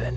an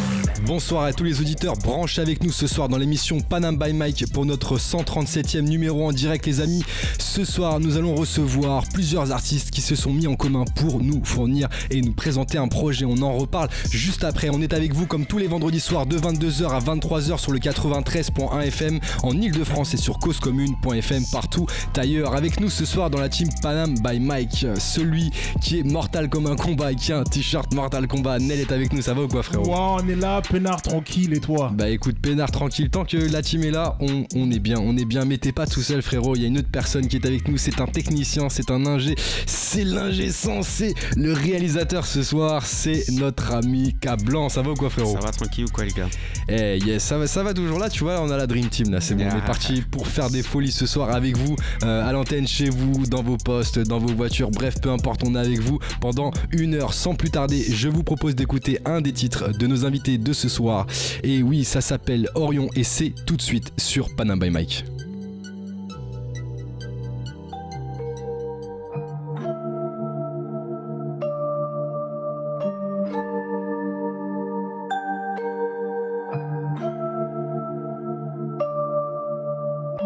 Bonsoir à tous les auditeurs, branche avec nous ce soir dans l'émission Panam by Mike pour notre 137e numéro en direct les amis. Ce soir nous allons recevoir plusieurs artistes qui se sont mis en commun pour nous fournir et nous présenter un projet. On en reparle juste après. On est avec vous comme tous les vendredis soirs de 22h à 23h sur le 93.1 FM en Ile-de-France et sur causecommune.fm partout ailleurs. Avec nous ce soir dans la team Panam by Mike, celui qui est mortal comme un combat et qui a un t-shirt Mortal Kombat. Nel est avec nous, ça va ou quoi frérot Ouah, on est là, peinard, tranquille, et toi Bah écoute, Pénard, tranquille, tant que la team est là, on, on est bien, on est bien. Mais t'es pas tout seul, frérot, il y a une autre personne qui est avec nous, c'est un technicien, c'est un ingé, c'est l'ingé son, c'est le réalisateur ce soir, c'est notre ami Cablan. Ça va ou quoi, frérot Ça va tranquille ou quoi les gars Eh yes, ça va, ça va toujours là, tu vois, là, on a la Dream Team, là, c'est bon, on est parti pour faire des folies ce soir avec vous, euh, à l'antenne, chez vous, dans vos postes, dans vos voitures, bref, peu importe, on est avec vous pendant une heure, sans plus tarder, je vous propose d'écouter un des titres de nos invités de ce soir, et oui, ça s'appelle Orion, et c'est tout de suite sur Panam by Mike.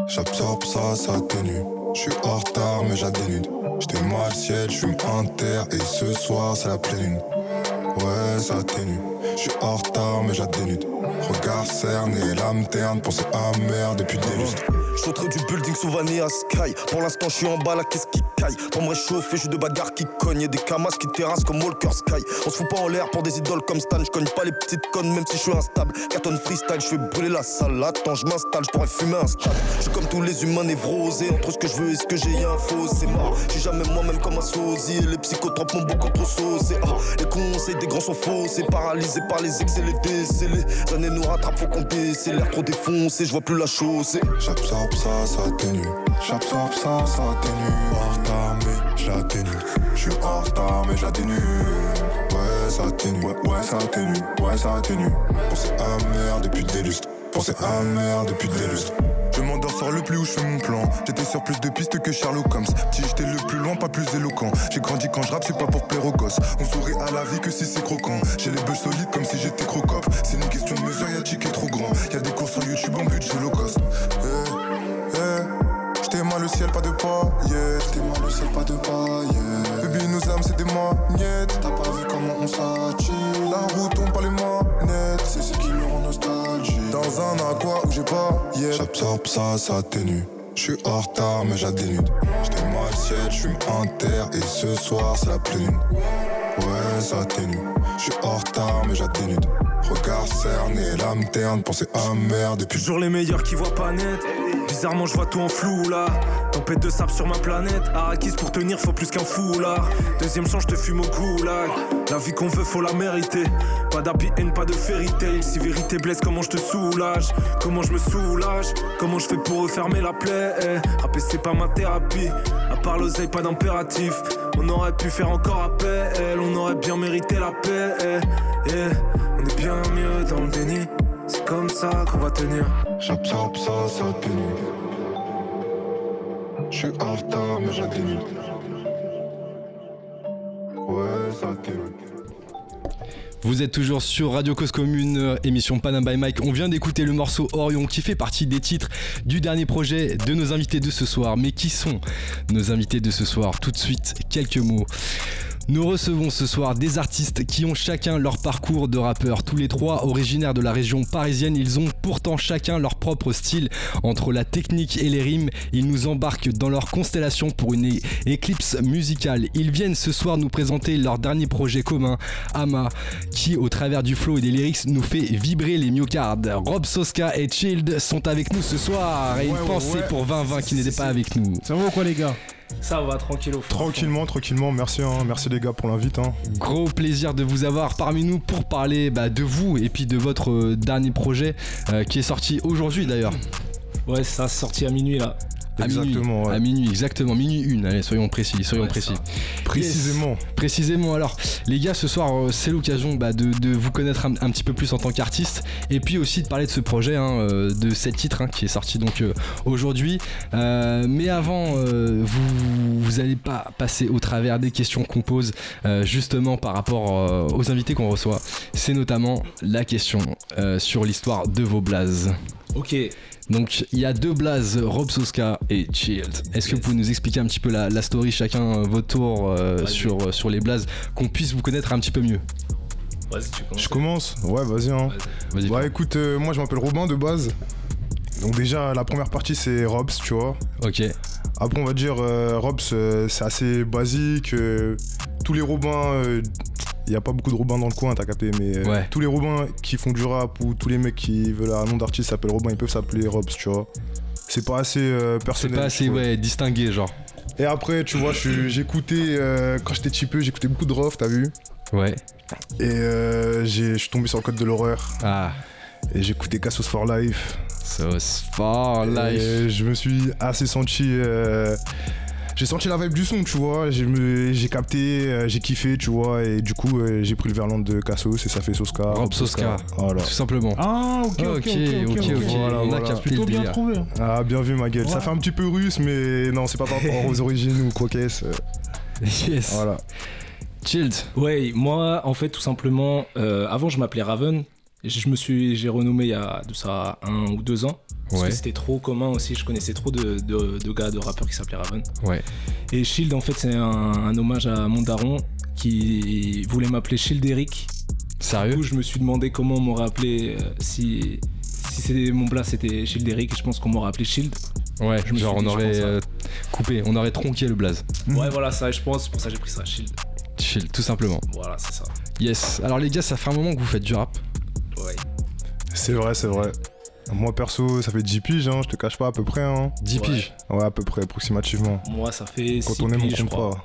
J'absorbe ça, ça tenue. Je suis en retard, mais j'adénude. J'étais mal ciel, je fume un terre. Et ce soir, c'est la pleine lune. Ouais, ça atténue. Je suis en retard, mais j'adénude. Regard cerné, l'âme terne, pensée amère depuis des lustres. Je sauterai du building Souvenir à Sky. Pour l'instant, je suis en bas, là, qu'est-ce qui caille Pour me réchauffer, je suis de bagarre qui cogne. Et des camas qui terrassent comme Walker Sky. On se fout pas en l'air pour des idoles comme Stan. Je cogne pas les petites connes, même si je suis instable. 4 tonnes freestyle, je fais brûler la salle. Attends, je m'installe, je pourrais fumer un stade. Je suis comme tous les humains névrosés. Entre ce que je veux et ce que j'ai, y a un faux, c'est mort. Je suis jamais moi-même comme un sosie. Et les psychotropes m'ont beaucoup trop saucé. Ah, les conseils des grands sont faux. C'est paralysé par les excès, les décès. Les années nous rattrapent, faut qu'on C'est L'air trop défoncé, je vois plus la chaussée. J'absorbe ça, ça atténue. J'absorbe ça, ça atténue. En retard, mais je l'atténue. Je suis en retard, mais je l'atténue. Ouais, ça atténue. Ouais, ouais, ça atténue. Ouais, ça atténue. Pensée amère depuis des lustres. Pensée amère depuis des lustres. Je m'endors sur le plus où je fais mon plan. J'étais sur plus de pistes que Sherlock Holmes. Si j'étais le plus loin, pas plus éloquent. J'ai grandi quand je rappe, c'est pas pour plaire aux gosses. On sourit à la vie que si c'est croquant. J'ai les bœufs solides comme si j'étais crocop. C'est une question de mesure, y'a ticket trop grand. Y'a des courses sur YouTube en budget low cost. Eh, eh, J'étais mal le ciel, pas de pas, yeah. J'étais mal le ciel, pas de pas, yeah. Baby, nous aime, c'est des magnettes. T'as pas vu comment on s'attire. La route, on pas les manettes. C'est ce qui me rend nostalgique. Dans un aqua où j'ai pas, yeah. J'absorbe ça, ça atténue. J'suis en retard, mais j'adénude. J'étais mal le ciel, j'fume en terre. Et ce soir, c'est la pleine lune. Ouais, ça atténue. J'suis en retard, mais j'adénude. Regard cerné, l'âme terne, pensée amère depuis Toujours les meilleurs qui voient pas net. Bizarrement, je vois tout en flou là. Tempête de sable sur ma planète. Arrakis pour tenir, faut plus qu'un fou là. Deuxième chance, je te fume au goulag. La vie qu'on veut, faut la mériter. Pas d'happy end, pas de fairy tale. Si vérité blesse, comment je te soulage Comment je me soulage Comment je fais pour refermer la plaie eh Rapper, c'est pas ma thérapie. À part l'oseille, pas d'impératif. On aurait pu faire encore appel. On aurait bien mérité la paix. eh, eh. On est bien mieux dans le déni. C'est comme ça qu'on va tenir. J'absorbe ça, ça atténue. Je suis en retard, mais j'atténue. Ouais, ça atténue. Vous êtes toujours sur Radio Cause Commune, euh, émission Panam by Mike. On vient d'écouter le morceau Orion qui fait partie des titres du dernier projet de nos invités de ce soir. Mais qui sont nos invités de ce soir Tout de suite, quelques mots. Nous recevons ce soir des artistes qui ont chacun leur parcours de rappeur. Tous les trois originaires de la région parisienne, ils ont pourtant chacun leur propre style. Entre la technique et les rimes, ils nous embarquent dans leur constellation pour une é- éclipse musicale. Ils viennent ce soir nous présenter leur dernier projet commun, Ama, qui au travers du flow et des lyrics nous fait vibrer les myocardes. Rob Soska et Child sont avec nous ce soir et une Ouais, ouais, pensée ouais. pour 2020 qui n'était pas avec nous. Ça va ou quoi, les gars Ça va, tranquille au fond. Tranquillement, tranquillement, merci, hein, merci les gars pour l'invite. Hein. Gros plaisir de vous avoir parmi nous pour parler bah, de vous et puis de votre euh, dernier projet euh, qui est sorti aujourd'hui d'ailleurs. Ouais, ça sorti à minuit là. À minuit. Exactement, ouais. À minuit, exactement. Minuit une, allez, soyons précis, soyons précis. Précisément. Précisément, alors, les gars, ce soir, euh, c'est l'occasion bah, de, de vous connaître un, un petit peu plus en tant qu'artiste et puis aussi de parler de ce projet, hein, euh, de cet titre hein, qui est sorti donc euh, aujourd'hui. Euh, mais avant, euh, vous, vous allez pas passer au travers des questions qu'on pose euh, justement par rapport euh, aux invités qu'on reçoit. C'est notamment la question euh, sur l'histoire de vos blazes. Ok, Donc il y a deux blazes, Rob Soska et Chilled. Est-ce que vous pouvez nous expliquer un petit peu la, la story chacun euh, votre tour euh, Vas-y. sur, euh, sur les blazes, qu'on puisse vous connaître un petit peu mieux vas-y, tu commences. Je commence Ouais, vas-y. Hein. Vas-y. Bah écoute, euh, moi je m'appelle Robin de base. Donc déjà, la première partie c'est Robs, tu vois. Ok. Après, on va dire, euh, Robs, euh, c'est assez basique. euh, tous les Robins, il n'y a pas beaucoup de Robins dans le coin, t'as capté, mais euh, Ouais. tous les Robins qui font du rap ou tous les mecs qui veulent un nom d'artiste s'appelle Robin, ils peuvent s'appeler Robs, tu vois. C'est pas assez euh, C'est personnel. pas assez je trouve. ouais, distingué genre. Et après, tu vois, je suis- j'écoutais, euh, quand j'étais petit peu, j'écoutais beaucoup de Rof, t'as vu Ouais. Et euh, j'ai- je suis tombé sur le code de l'horreur. Ah, Et j'écoutais Cassos for Life. sauce for life. Et je me suis assez senti. euh, j'ai senti la vibe du son, tu vois. J'ai me- j'ai capté, euh, j'ai kiffé, tu vois. Et du coup, euh, j'ai pris le verlan de Cassos et ça fait Soska. Rob Rob Soska. Voilà. Tout simplement. Ah, ok, ok, ok, ok. ok, ok. ok. Voilà, On a voilà. qu'à pile Plutôt le bien délire. trouvé. hein. Ah, bien vu, ma gueule. Ouais. Ça fait un petit peu russe, mais non, c'est pas par rapport aux origines ou quoi qu'est-ce. euh, Yes. Voilà. Chilled. Ouais, moi, en fait, tout simplement, euh, avant, je m'appelais Raven. Je je me suis, j'ai renommé il y a de ça un ou deux ans. Parce Ouais. que c'était trop commun aussi. Je connaissais trop de, de- de gars, de rappeurs qui s'appelaient Raven. Ouais. Et Shield, en fait, c'est un, un hommage à mon daron qui voulait m'appeler Shield Eric. Du Sérieux coup, je me suis demandé comment on m'aurait appelé euh, si, si c'était- mon blast c'était Shield Eric. Et je pense qu'on m'aurait appelé Shield. Ouais. je me Genre suis on dit, je pense aurait hein. à- euh, coupé, on aurait tronqué le blaze. Ouais, voilà, ça, je pense. C'est pour ça que j'ai pris ça, Shield. Chilled, tout simplement. Voilà, c'est ça. Yes. Alors les gars, ça fait un moment que vous faites du rap. Ouais. C'est vrai, c'est vrai. Moi perso, ça fait 10 piges, hein, je te cache pas à peu près. Hein. 10 Ouais. piges. Ouais, à peu près, approximativement. Moi, ça fait. Quand six on aime, on piges, je compte crois. pas.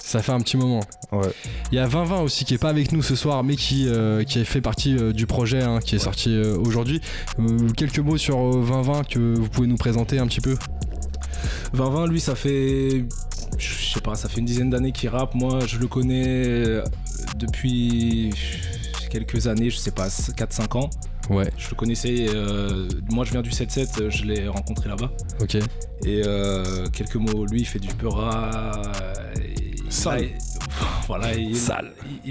Ça fait un petit moment. Ouais. Il y a 2020 aussi qui est pas avec nous ce soir, mais qui, euh, qui a fait partie euh, du projet hein, qui est sorti euh, aujourd'hui. Euh, quelques mots sur euh, 2020 que vous pouvez nous présenter un petit peu. 2020, lui, ça fait. Je sais pas, ça fait une dizaine d'années qu'il rappe. Moi, je le connais euh, depuis quelques années, je sais pas, 4-5 ans. Ouais. Je le connaissais. euh, moi, je viens du 7-7, euh, je l'ai rencontré là-bas. Ok. Et euh, quelques mots, lui, il fait du peura. euh, Sale. il a- voilà, il, Il,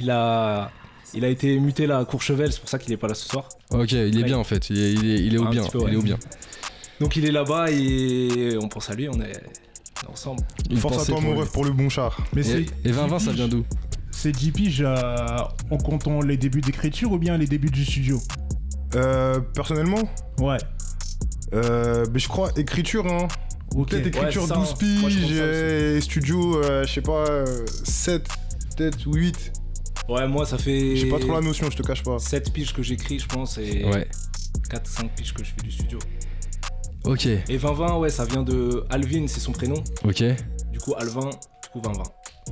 il a. Il a été muté là à Courchevel, c'est pour ça qu'il n'est pas là ce soir. Ok, il est Ouais. bien en fait. Il est, il est- il est au Un bien. petit peu, ouais. Il est au bien. Donc il est là-bas et on pense à lui, on est ensemble. Une Force pensée à toi, pour mon lui. ref, pour le bon char. Mais c'est. Et, et 2020, ça vient d'où C'est 10 piges euh, en comptant les débuts d'écriture ou bien les débuts du studio Euh, personnellement, Ouais. euh, mais je crois écriture, hein. Ok. Peut-être écriture Ouais, ça, hein. 12 moi, je compte ça piges aussi. et studio, euh, je sais pas, euh, 7, peut-être ou 8. Ouais, moi ça fait. J'ai pas trop la notion, je te cache pas. 7 piges que j'écris, je pense, et Ouais. 4-5 piges que je fais du studio. Ok. Et 2020, ouais, ça vient de Alvin, c'est son prénom. Ok. Du coup, Alvin, du coup, 2020.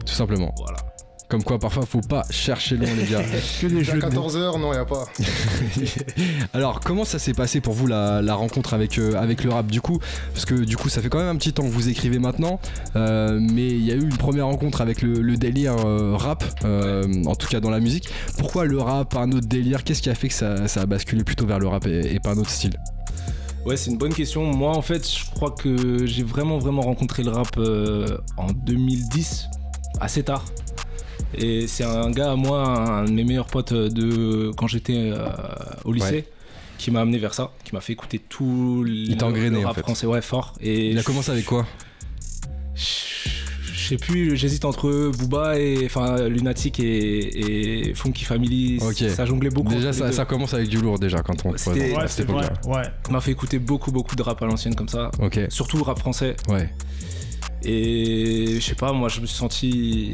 Tout simplement. Voilà. Comme quoi, parfois, faut pas chercher loin, les gars. Que des À jeux de mots. 14h, non, y a pas. Alors, comment ça s'est passé pour vous la, la rencontre avec, euh, avec le rap du coup Parce que du coup, ça fait quand même un petit temps que vous écrivez maintenant, euh, mais il y a eu une première rencontre avec le, le délire euh, rap, euh, en tout cas dans la musique. Pourquoi le rap, un autre délire Qu'est-ce qui a fait que ça, ça a basculé plutôt vers le rap et, et pas un autre style Ouais, c'est une bonne question. Moi, en fait, je crois que j'ai vraiment, vraiment rencontré le rap euh, en 2010, assez tard. Et c'est un gars à moi, un de mes meilleurs potes de quand j'étais euh, au lycée, Ouais. qui m'a amené vers ça, qui m'a fait écouter tout le, t'a engrainé, le en rap fait. français, ouais, fort. Et Il a je- commencé avec quoi Je sais plus, j'hésite entre Booba et enfin Lunatic et, et Funky Family. Ok. Ça jonglait beaucoup. Déjà, entre les ça, deux. ça commence avec du lourd déjà quand on Ouais, c'était- présente à Ouais, cette c'est vrai. époque-là. Ouais. Ça m'a fait écouter beaucoup, beaucoup de rap à l'ancienne comme ça. Ok, Surtout le rap français. ouais. Et je sais pas, moi je me suis senti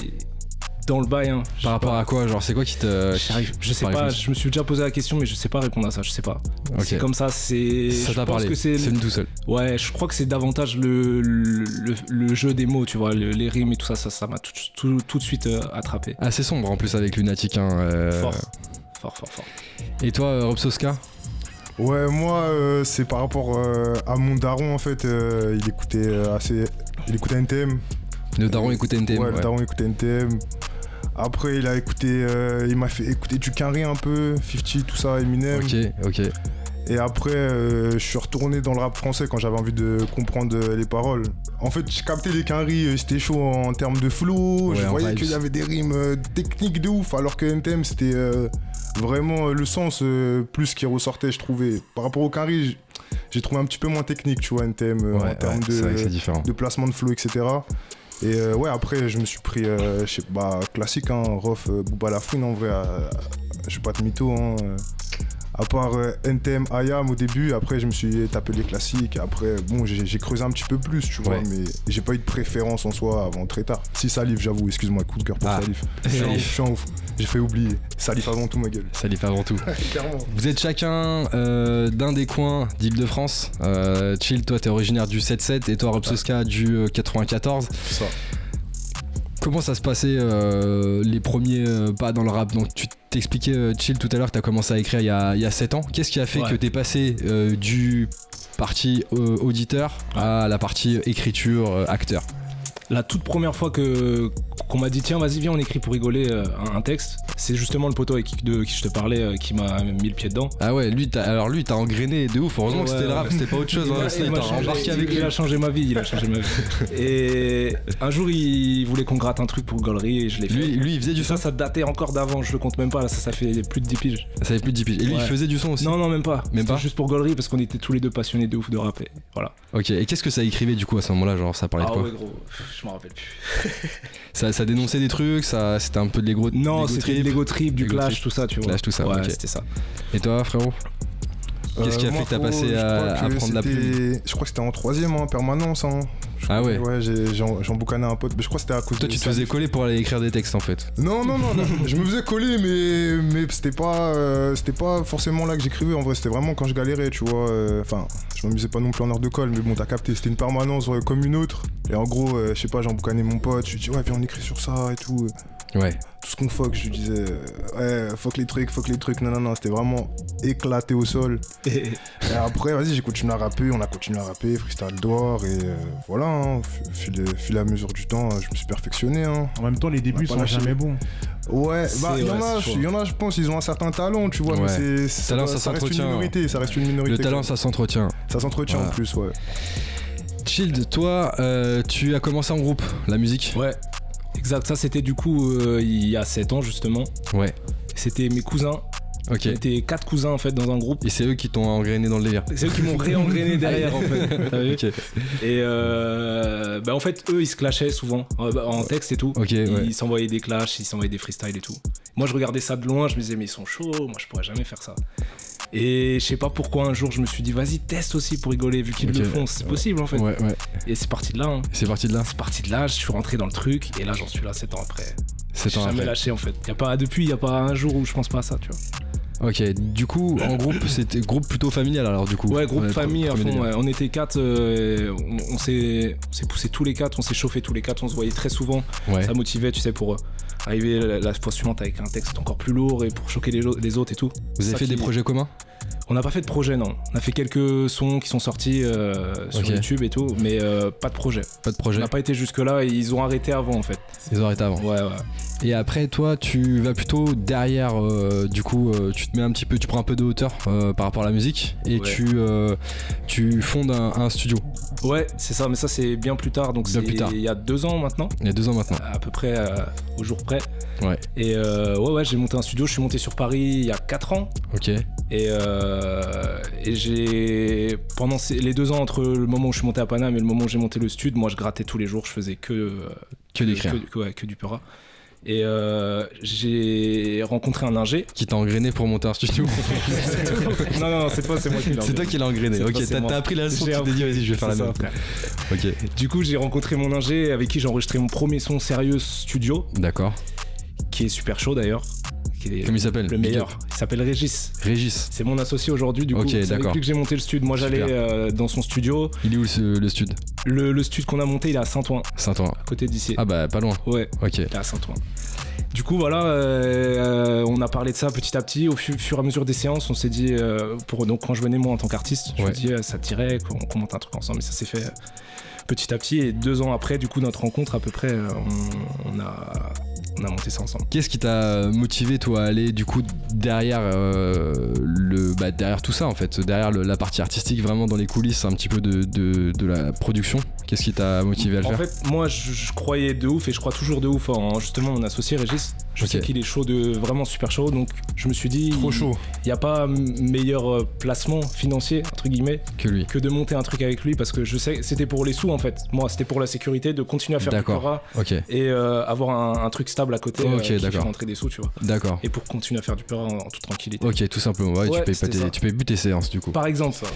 dans le bail. hein. Je sais Par rapport pas. à quoi Genre, c'est quoi qui te. J'arrive- je sais par pas, réflexion je me suis déjà posé la question, mais je sais pas répondre à ça, je sais pas. Ok. C'est comme ça, c'est. Ça je t'a pense parlé. que C'est c'est. venu tout seul. Ouais, je crois que c'est davantage le, le, le- le jeu des mots, tu vois, le- les rimes et tout ça, ça ça m'a tout, tout, tout de suite euh, attrapé. Assez sombre en plus avec Lunatic. Hein, euh, Fort. Fort, fort, fort. Et toi, euh, Rob Soska Ouais, moi, euh, c'est par rapport euh, à mon daron en fait. euh, il écoutait euh, assez. Il écoutait NTM. Le daron écoute NTM. ouais, ouais. le daron écoutait NTM. Après, il a écouté. euh, il m'a fait écouter du Quinry un peu, 50, tout ça, Eminem. Ok, ok. Oh, Et après, euh, je suis retourné dans le rap français quand j'avais envie de comprendre euh, les paroles. En fait, j'ai capté les quinries, euh, c'était chaud en termes de flow. Ouais, je en voyais vibes. qu'il y avait des rimes euh, techniques de ouf, alors que NTM, c'était euh, vraiment euh, le sens euh, plus qui ressortait, je trouvais. Par rapport aux quinries, j- j'ai trouvé un petit peu moins technique, tu vois, NTM, euh, Ouais, en termes ouais, c'est vrai que c'est de, différent. de placement de flow, etc. Et euh, ouais, après, je me suis pris, euh, je sais pas, classique, hein, Rof, euh, Booba Lafouine, en vrai, euh, je suis pas de mytho, hein. euh. À part euh, NTM, IAM au début, après je me suis tapé les classiques, après bon j'ai j'ai creusé un petit peu plus, tu vois, Ouais. mais j'ai pas eu de préférence en soi avant très tard. Si Salif, j'avoue, excuse-moi, coup de cœur pour Ah. Salif. Je suis en- Salif. Je suis en ouf, j'ai fait oublier. Salif avant tout ma gueule. Salif avant tout. Clairement. Vous êtes chacun euh, d'un des coins d'Île-de-France. Euh, Chill, toi, t'es originaire du 7-7 et toi, Robsoska, du euh, 94. Ça. Comment ça se passait euh, les premiers euh, pas dans le rap Donc, tu t'expliquais, euh, Chill, tout à l'heure, que t'as commencé à écrire il y a, il y a 7 ans. Qu'est-ce qui a fait Ouais. que t'es passé euh, du parti euh, auditeur à la partie écriture euh, acteur La toute première fois que qu'on m'a dit tiens vas-y viens on écrit pour rigoler euh, un, un texte, c'est justement le poteau avec qui, de qui je te parlais euh, qui m'a mis le pied dedans. Ah ouais, lui, t'as- alors lui, t'as engrainé de ouf. Heureusement que Ouais, c'était le ouais. rap, c'était pas autre chose. hein. Il Sinon, m'a il t'aurait changé- embarqué avec il lui. a changé ma vie, il a changé ma vie. Et un jour il voulait qu'on gratte un truc pour Gollery et je l'ai fait. Lui, lui, il faisait Et du son. ça, ça datait encore d'avant, je le compte même pas, là, ça, ça fait plus de 10 piges. Ça avait plus de 10 piges. Et lui, il Ouais. faisait du son aussi. Non, non, même pas. Même C'était pas juste pour Gollery parce qu'on était tous les deux passionnés de ouf de rap. et voilà. Ok, et qu'est-ce que ça écrivait du coup à ce moment-là Genre, ça parlait de Ah quoi ouais, gros, pff, je m'en rappelle plus. ça, ça dénonçait des trucs, ça, c'était un peu de l'ego Non, l'ego c'était trip. de l'ego trip, du L'ego clash, trip. tout ça, tu vois. Clash, tout ça, Ouais, ok. c'était ça. Et toi, frérot Qu'est-ce qui a Euh, fait moi, que t'as frérot, passé je à- crois à que prendre la c'était- Je crois que c'était en troisième en permanence. Hein. Je Ah crois- ouais. Ouais, j'ai- j'en j'en boucanais un pote, mais je crois que c'était à cause Toi, de tu te ça. faisais coller pour aller écrire des textes en fait. Non, non, non, non. je me faisais coller, mais, mais c'était pas, euh, c'était pas forcément là que j'écrivais. En vrai, c'était vraiment quand je galérais, tu vois. euh, Enfin, je m'amusais pas non plus en heure de colle, mais bon, t'as capté, c'était une permanence euh, comme une autre. Et en gros, euh, je sais pas, j'emboucanais mon pote, je lui dis, ouais, viens, on écrit sur ça et tout. euh, Ouais. Tout ce qu'on fuck, je lui disais, euh, ouais, fuck les trucs, fuck les trucs. Non, non, non, c'était vraiment éclaté au sol. Et après, vas-y, j'ai continué à rapper, on a continué à rapper, freestyle dehors, et euh, voilà, hein, au fil, au fil à mesure du temps, euh, je me suis perfectionné. Hein. En même temps, les débuts pas sont lâché. jamais bons. Ouais, C'est- bah, il y, ouais, en a, c'est chaud. il y en a, je pense, ils ont un certain talent, tu vois, Ouais. mais c'est- c'est. Talent, ça reste une s'entretient. minorité, ça reste une minorité. Le talent, ça s'entretient. Ça s'entretient Voilà. en plus, ouais. Child, toi, euh, tu as commencé en groupe, la musique Ouais, exact. Ça, c'était du coup euh, il y a 7 ans, justement. Ouais. C'était mes cousins. Ok. On était quatre cousins, en fait, dans un groupe. Et c'est eux qui t'ont engrainé dans le délire. C'est eux qui m'ont réengrainé derrière, en fait. T'as vu Ok, Et euh, bah en fait, eux, ils se clashaient souvent euh, bah, en texte et tout. ok, Ils ouais. s'envoyaient des clashs, ils s'envoyaient des freestyles et tout. Moi, je regardais ça de loin, je me disais, mais ils sont chauds, moi, je pourrais jamais faire ça. Et je sais pas pourquoi, un jour, je me suis dit, vas-y, teste aussi pour rigoler, vu qu'ils Ok. le font, c'est possible en fait. Ouais, ouais. Et c'est parti de là. hein. C'est parti de là. C'est parti de là, je suis rentré dans le truc, et là, j'en suis là 7 ans après. C'est J'ai jamais lâché en fait. Y a pas, depuis, y a pas un jour où je pense pas à ça, tu vois. Ok, du coup, en groupe, c'était groupe plutôt familial alors du coup. Ouais, groupe pro- famille à premier fond, délire. ouais. On était quatre, euh, on, on s'est on s'est poussés tous les quatre, on s'est chauffés tous les quatre, on se voyait très souvent. Ouais. ça motivait, tu sais, pour euh, arriver la, la fois suivante avec un texte encore plus lourd et pour choquer les, lo- les autres et tout. Vous avez ça fait des qui- projets communs On n'a pas fait de projet, non. On a fait quelques sons qui sont sortis euh, sur Ok. YouTube et tout, mais euh, pas de projet. Pas de On projet. n'a pas été jusque-là et ils ont arrêté avant, en fait. Ils ont arrêté avant. Ouais, ouais. Et après, toi, tu vas plutôt derrière, euh, du coup, euh, tu te mets un petit peu, tu prends un peu de hauteur euh, par rapport à la musique et Ouais. tu, euh, tu fondes un, un studio Ouais, c'est ça, mais ça, c'est bien plus tard. Donc, Bien c'est plus tard. il y a deux ans maintenant, il y a deux ans maintenant. à peu près euh, au jour près. Ouais. Et euh, ouais, ouais, j'ai monté un studio. Je suis monté sur Paris il y a quatre ans. Ok, Et, euh, et j'ai pendant ces- les deux ans entre le moment où je suis monté à Paname et le moment où j'ai monté le stud, moi je grattais tous les jours, je faisais que euh, que d'écrire. que, ouais, que du pura. Et euh, j'ai rencontré un ingé. Qui t'a engrainé pour monter un studio non non, non, cette fois c'est moi qui l'ai C'est toi qui l'as engrainé. Cette Ok, fois, c'est t'as moi. t'as appris la leçon, tu J'ai t'es dit, vas-y, je vais faire la C'est même. ça. Ok, Du coup, j'ai rencontré mon ingé avec qui j'ai enregistré mon premier son sérieux studio, d'accord. qui est super chaud d'ailleurs, qui est Comment il s'appelle le meilleur. Il s'appelle Régis. Régis. C'est mon associé aujourd'hui. Du coup, Ok, c'est avec d'accord. lui que j'ai monté le stud. Moi, j'allais Super. euh, dans son studio. Il est où ce- le stud Le, le stud qu'on a monté, il est à Saint-Ouen, Saint-Ouen. à côté d'ici. Ah bah, pas loin. Ouais. Ok. Là, à Saint-Ouen. Du coup, voilà, euh, euh, on a parlé de ça petit à petit. Au fu- fur et à mesure des séances, on s'est dit, euh, pour, donc quand je venais moi en tant qu'artiste, je Ouais. me dis, euh, ça tirait, qu'on qu'on monte un truc ensemble. Et ça s'est fait euh, petit à petit. Et deux ans après, du coup, notre rencontre, à peu près, euh, on, on a, on a monté ça ensemble. Qu'est-ce qui t'a motivé toi à aller du coup derrière euh, le bah, derrière tout ça en fait, derrière le- la partie artistique vraiment dans les coulisses un petit peu de, de- de la production Qu'est-ce qui t'a motivé à le En faire fait, moi, je, je croyais de ouf et je crois toujours de ouf en justement mon associé Régis. Je Ok. sais qu'il est chaud, de vraiment super chaud. Donc, je me suis dit, Trop il- chaud. Il n'y a pas m- meilleur euh, placement financier, entre guillemets, Que lui. que de monter un truc avec lui parce que je sais, c'était pour les sous en fait. Moi, c'était pour la sécurité de continuer à faire du D'accord. Pura Ok, et euh, avoir un, un truc stable à côté Ok, euh, qui fait d'accord. rentrer des sous, tu vois. d'accord. Et pour continuer à faire du Pura en, en toute tranquillité. Ok, tout simplement. Ouais, tu Ouais, payes pas c'était tes, ça. tu payes plus tes séances du coup. Par exemple, ça.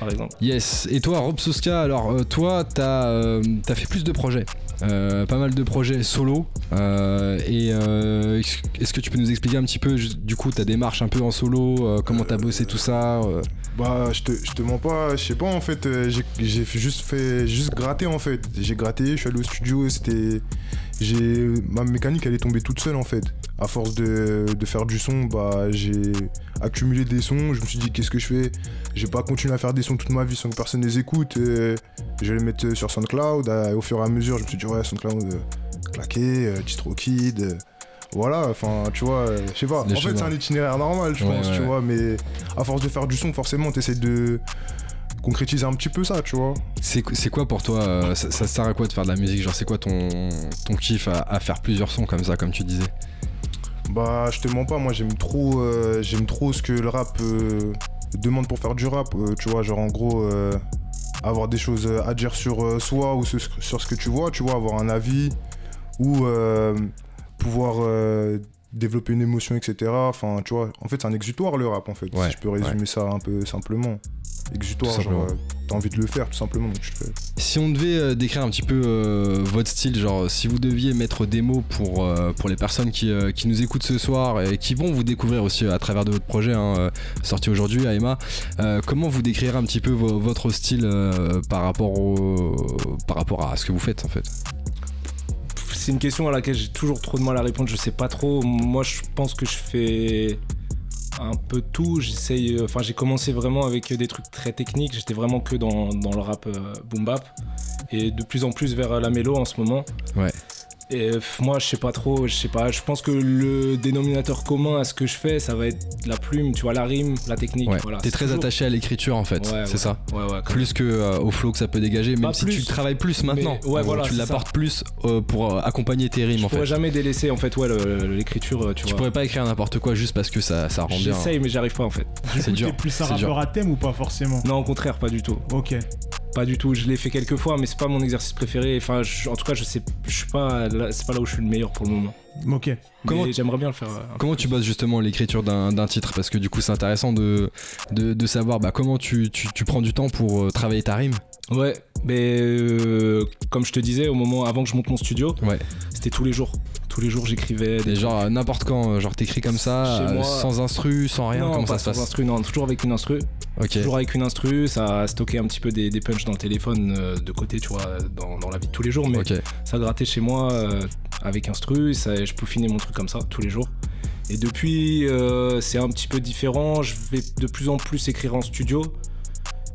Par exemple. Yes. Et toi, Rob Soska, alors euh, toi, t'as euh, t'as fait plus de projets, Euh, pas mal de projets solo. Euh, et euh, est-ce- est-ce que tu peux nous expliquer un petit peu ju- du coup ta démarche un peu en solo, euh, comment t'as bossé tout ça euh, Bah, je te, je te mens pas, je sais pas en fait, euh, j'ai- j'ai fait- juste fait, juste gratté en fait. J'ai gratté, je suis allé au studio, c'était. J'ai. Ma mécanique, elle est tombée toute seule en fait. À force de, de faire du son, bah, j'ai accumulé des sons, je me suis dit qu'est-ce que je fais J'ai pas continué à faire des sons toute ma vie sans que personne les écoute. euh, je vais les mettre sur SoundCloud, euh, au fur et à mesure, je me suis dit ouais, SoundCloud, euh, claqué, euh, DistroKid. euh, voilà, enfin, tu vois, euh, je sais pas. Les en fait, chemins. c'est un itinéraire normal, je Ouais, pense, ouais, tu ouais. vois, mais à force de faire du son, forcément, t'essaies de concrétiser un petit peu ça, tu vois. C'est qu- c'est quoi pour toi euh, ça, ça sert à quoi de faire de la musique Genre, c'est quoi ton, ton kiff à, à faire plusieurs sons comme ça, comme tu disais Bah, je te mens pas, moi, j'aime trop, euh, j'aime trop ce que le rap euh, demande pour faire du rap, euh, tu vois, genre, en gros, euh, avoir des choses à dire sur euh, soi ou ce- sur ce que tu vois, tu vois, avoir un avis ou euh, pouvoir euh, développer une émotion, etc. Enfin, tu vois, en fait, c'est un exutoire, le rap, en fait, Ouais, si je peux résumer ça un peu simplement. Exutoire, Tout simplement. genre, euh, t'as envie de le faire, tout simplement, donc tu le fais. Si on devait euh, décrire un petit peu euh, votre style, genre si vous deviez mettre des mots pour, euh, pour les personnes qui, euh, qui nous écoutent ce soir et qui vont vous découvrir aussi euh, à travers de votre projet hein, euh, sorti aujourd'hui à Emma, euh, comment vous décrirez un petit peu vo- votre style euh, par, rapport au, par rapport à ce que vous faites en fait Pff, C'est une question à laquelle j'ai toujours trop de mal à répondre. Je sais pas trop. Moi, je pense que je fais un peu tout. J'essaye. euh, Enfin, j'ai commencé vraiment avec euh, des trucs très techniques. J'étais vraiment que dans, dans le rap euh, boom bap et de plus en plus vers euh, la mélo en ce moment. Ouais. Et euh, pff, moi, je sais pas trop. Je sais pas. Je pense que le dénominateur commun à ce que je fais, ça va être la plume, tu vois, la rime, la technique. Ouais. Voilà. T'es très toujours- attaché à l'écriture en fait, Ouais, c'est ouais. ça Ouais, ouais. quand- plus que euh, au flow que ça peut dégager, même Pas si tu plus, le travailles plus maintenant. ouais, En gros, voilà, tu c'est l'apportes plus euh, pour euh, accompagner tes rimes Je en fait. pourrais jamais délaisser en fait ouais le- le- l'écriture. euh, Tu, Tu vois. pourrais pas écrire n'importe quoi juste parce que ça, ça rend bien. hein. J'essaye, mais j'arrive pas en fait. C'est T'es dur. plus un c'est dur. rappeur à thème ou pas forcément Non, au contraire, pas du tout. Ok. Pas du tout, je l'ai fait quelques fois, mais c'est pas mon exercice préféré. Enfin, je- en tout cas, je sais, je suis pas, là- c'est pas là où je suis le meilleur pour le moment. Ok. Comment- mais j'aimerais bien le faire. euh, un Comment tu bosses justement l'écriture d'un d'un titre Parce que du coup, c'est intéressant de, de, de savoir bah, comment tu, tu, tu prends du temps pour euh, travailler ta rime. peu. Ouais, mais euh, comme je te disais, au moment avant que je monte mon studio, Ouais. c'était tous les jours. Tous les jours, j'écrivais. Et Des... genre, euh, n'importe quand, euh, genre t'écris comme ça, Chez euh, moi- sans instru, sans rien, non, comment pas ça se sans passe instru, non, toujours avec une instru. Ok. Toujours avec une instru, ça a stocké un petit peu des, des punchs dans le téléphone euh, de côté, tu vois, dans, dans la vie de tous les jours. Mais Ok. ça grattait chez moi euh, avec instru, et ça, je peaufinais mon truc comme ça tous les jours. Et depuis, euh, c'est un petit peu différent. Je vais de plus en plus écrire en studio.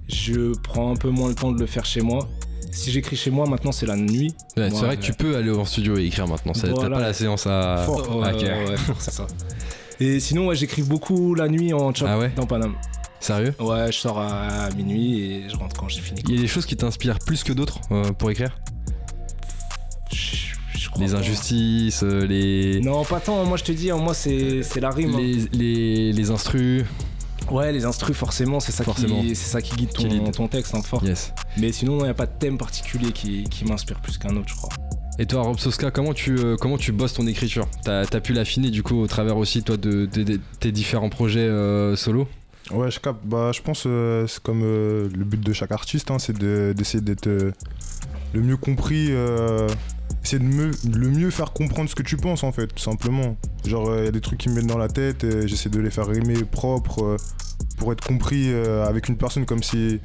Je prends un peu moins le temps de le faire chez moi. Si j'écris chez moi, maintenant c'est la nuit. Ouais, c'est Moi, vrai que tu euh, peux aller en studio et écrire maintenant. ça- T'as Voilà. pas la séance à. Fort. Ouais, Ok. ouais, ouais, c'est ça. Et sinon, ouais, j'écris beaucoup la nuit en chop Ah ouais dans Paname. Sérieux Ouais, je sors à minuit et je rentre quand j'ai fini. Il y a des choses qui t'inspirent plus que d'autres euh, pour écrire Je- je crois Les pas. injustices, euh, les. Non, pas tant. Moi, je te dis, hein, moi, c'est c'est la rime. hein. les, les, les instrus. Ouais, les instrus, forcément, c'est ça, Forcément. Qui, c'est ça qui guide ton, Qui lead. ton texte hein, fort. Yes. Mais sinon, il n'y a pas de thème particulier qui, qui m'inspire plus qu'un autre, je crois. Et toi, Rob Soska, comment tu, euh, comment tu bosses ton écriture T'as as pu l'affiner du coup au travers aussi toi de, de- de- tes différents projets euh, solo Ouais, je capte. Bah, je pense euh, c'est comme euh, le but de chaque artiste, hein, c'est de- d'essayer d'être euh, le mieux compris. euh, essayer de me, le mieux faire comprendre ce que tu penses, en fait, tout simplement. Genre, il y a des trucs qui me viennent dans la tête, euh, j'essaie de les faire rimer propre euh, pour être compris euh, avec une personne comme si,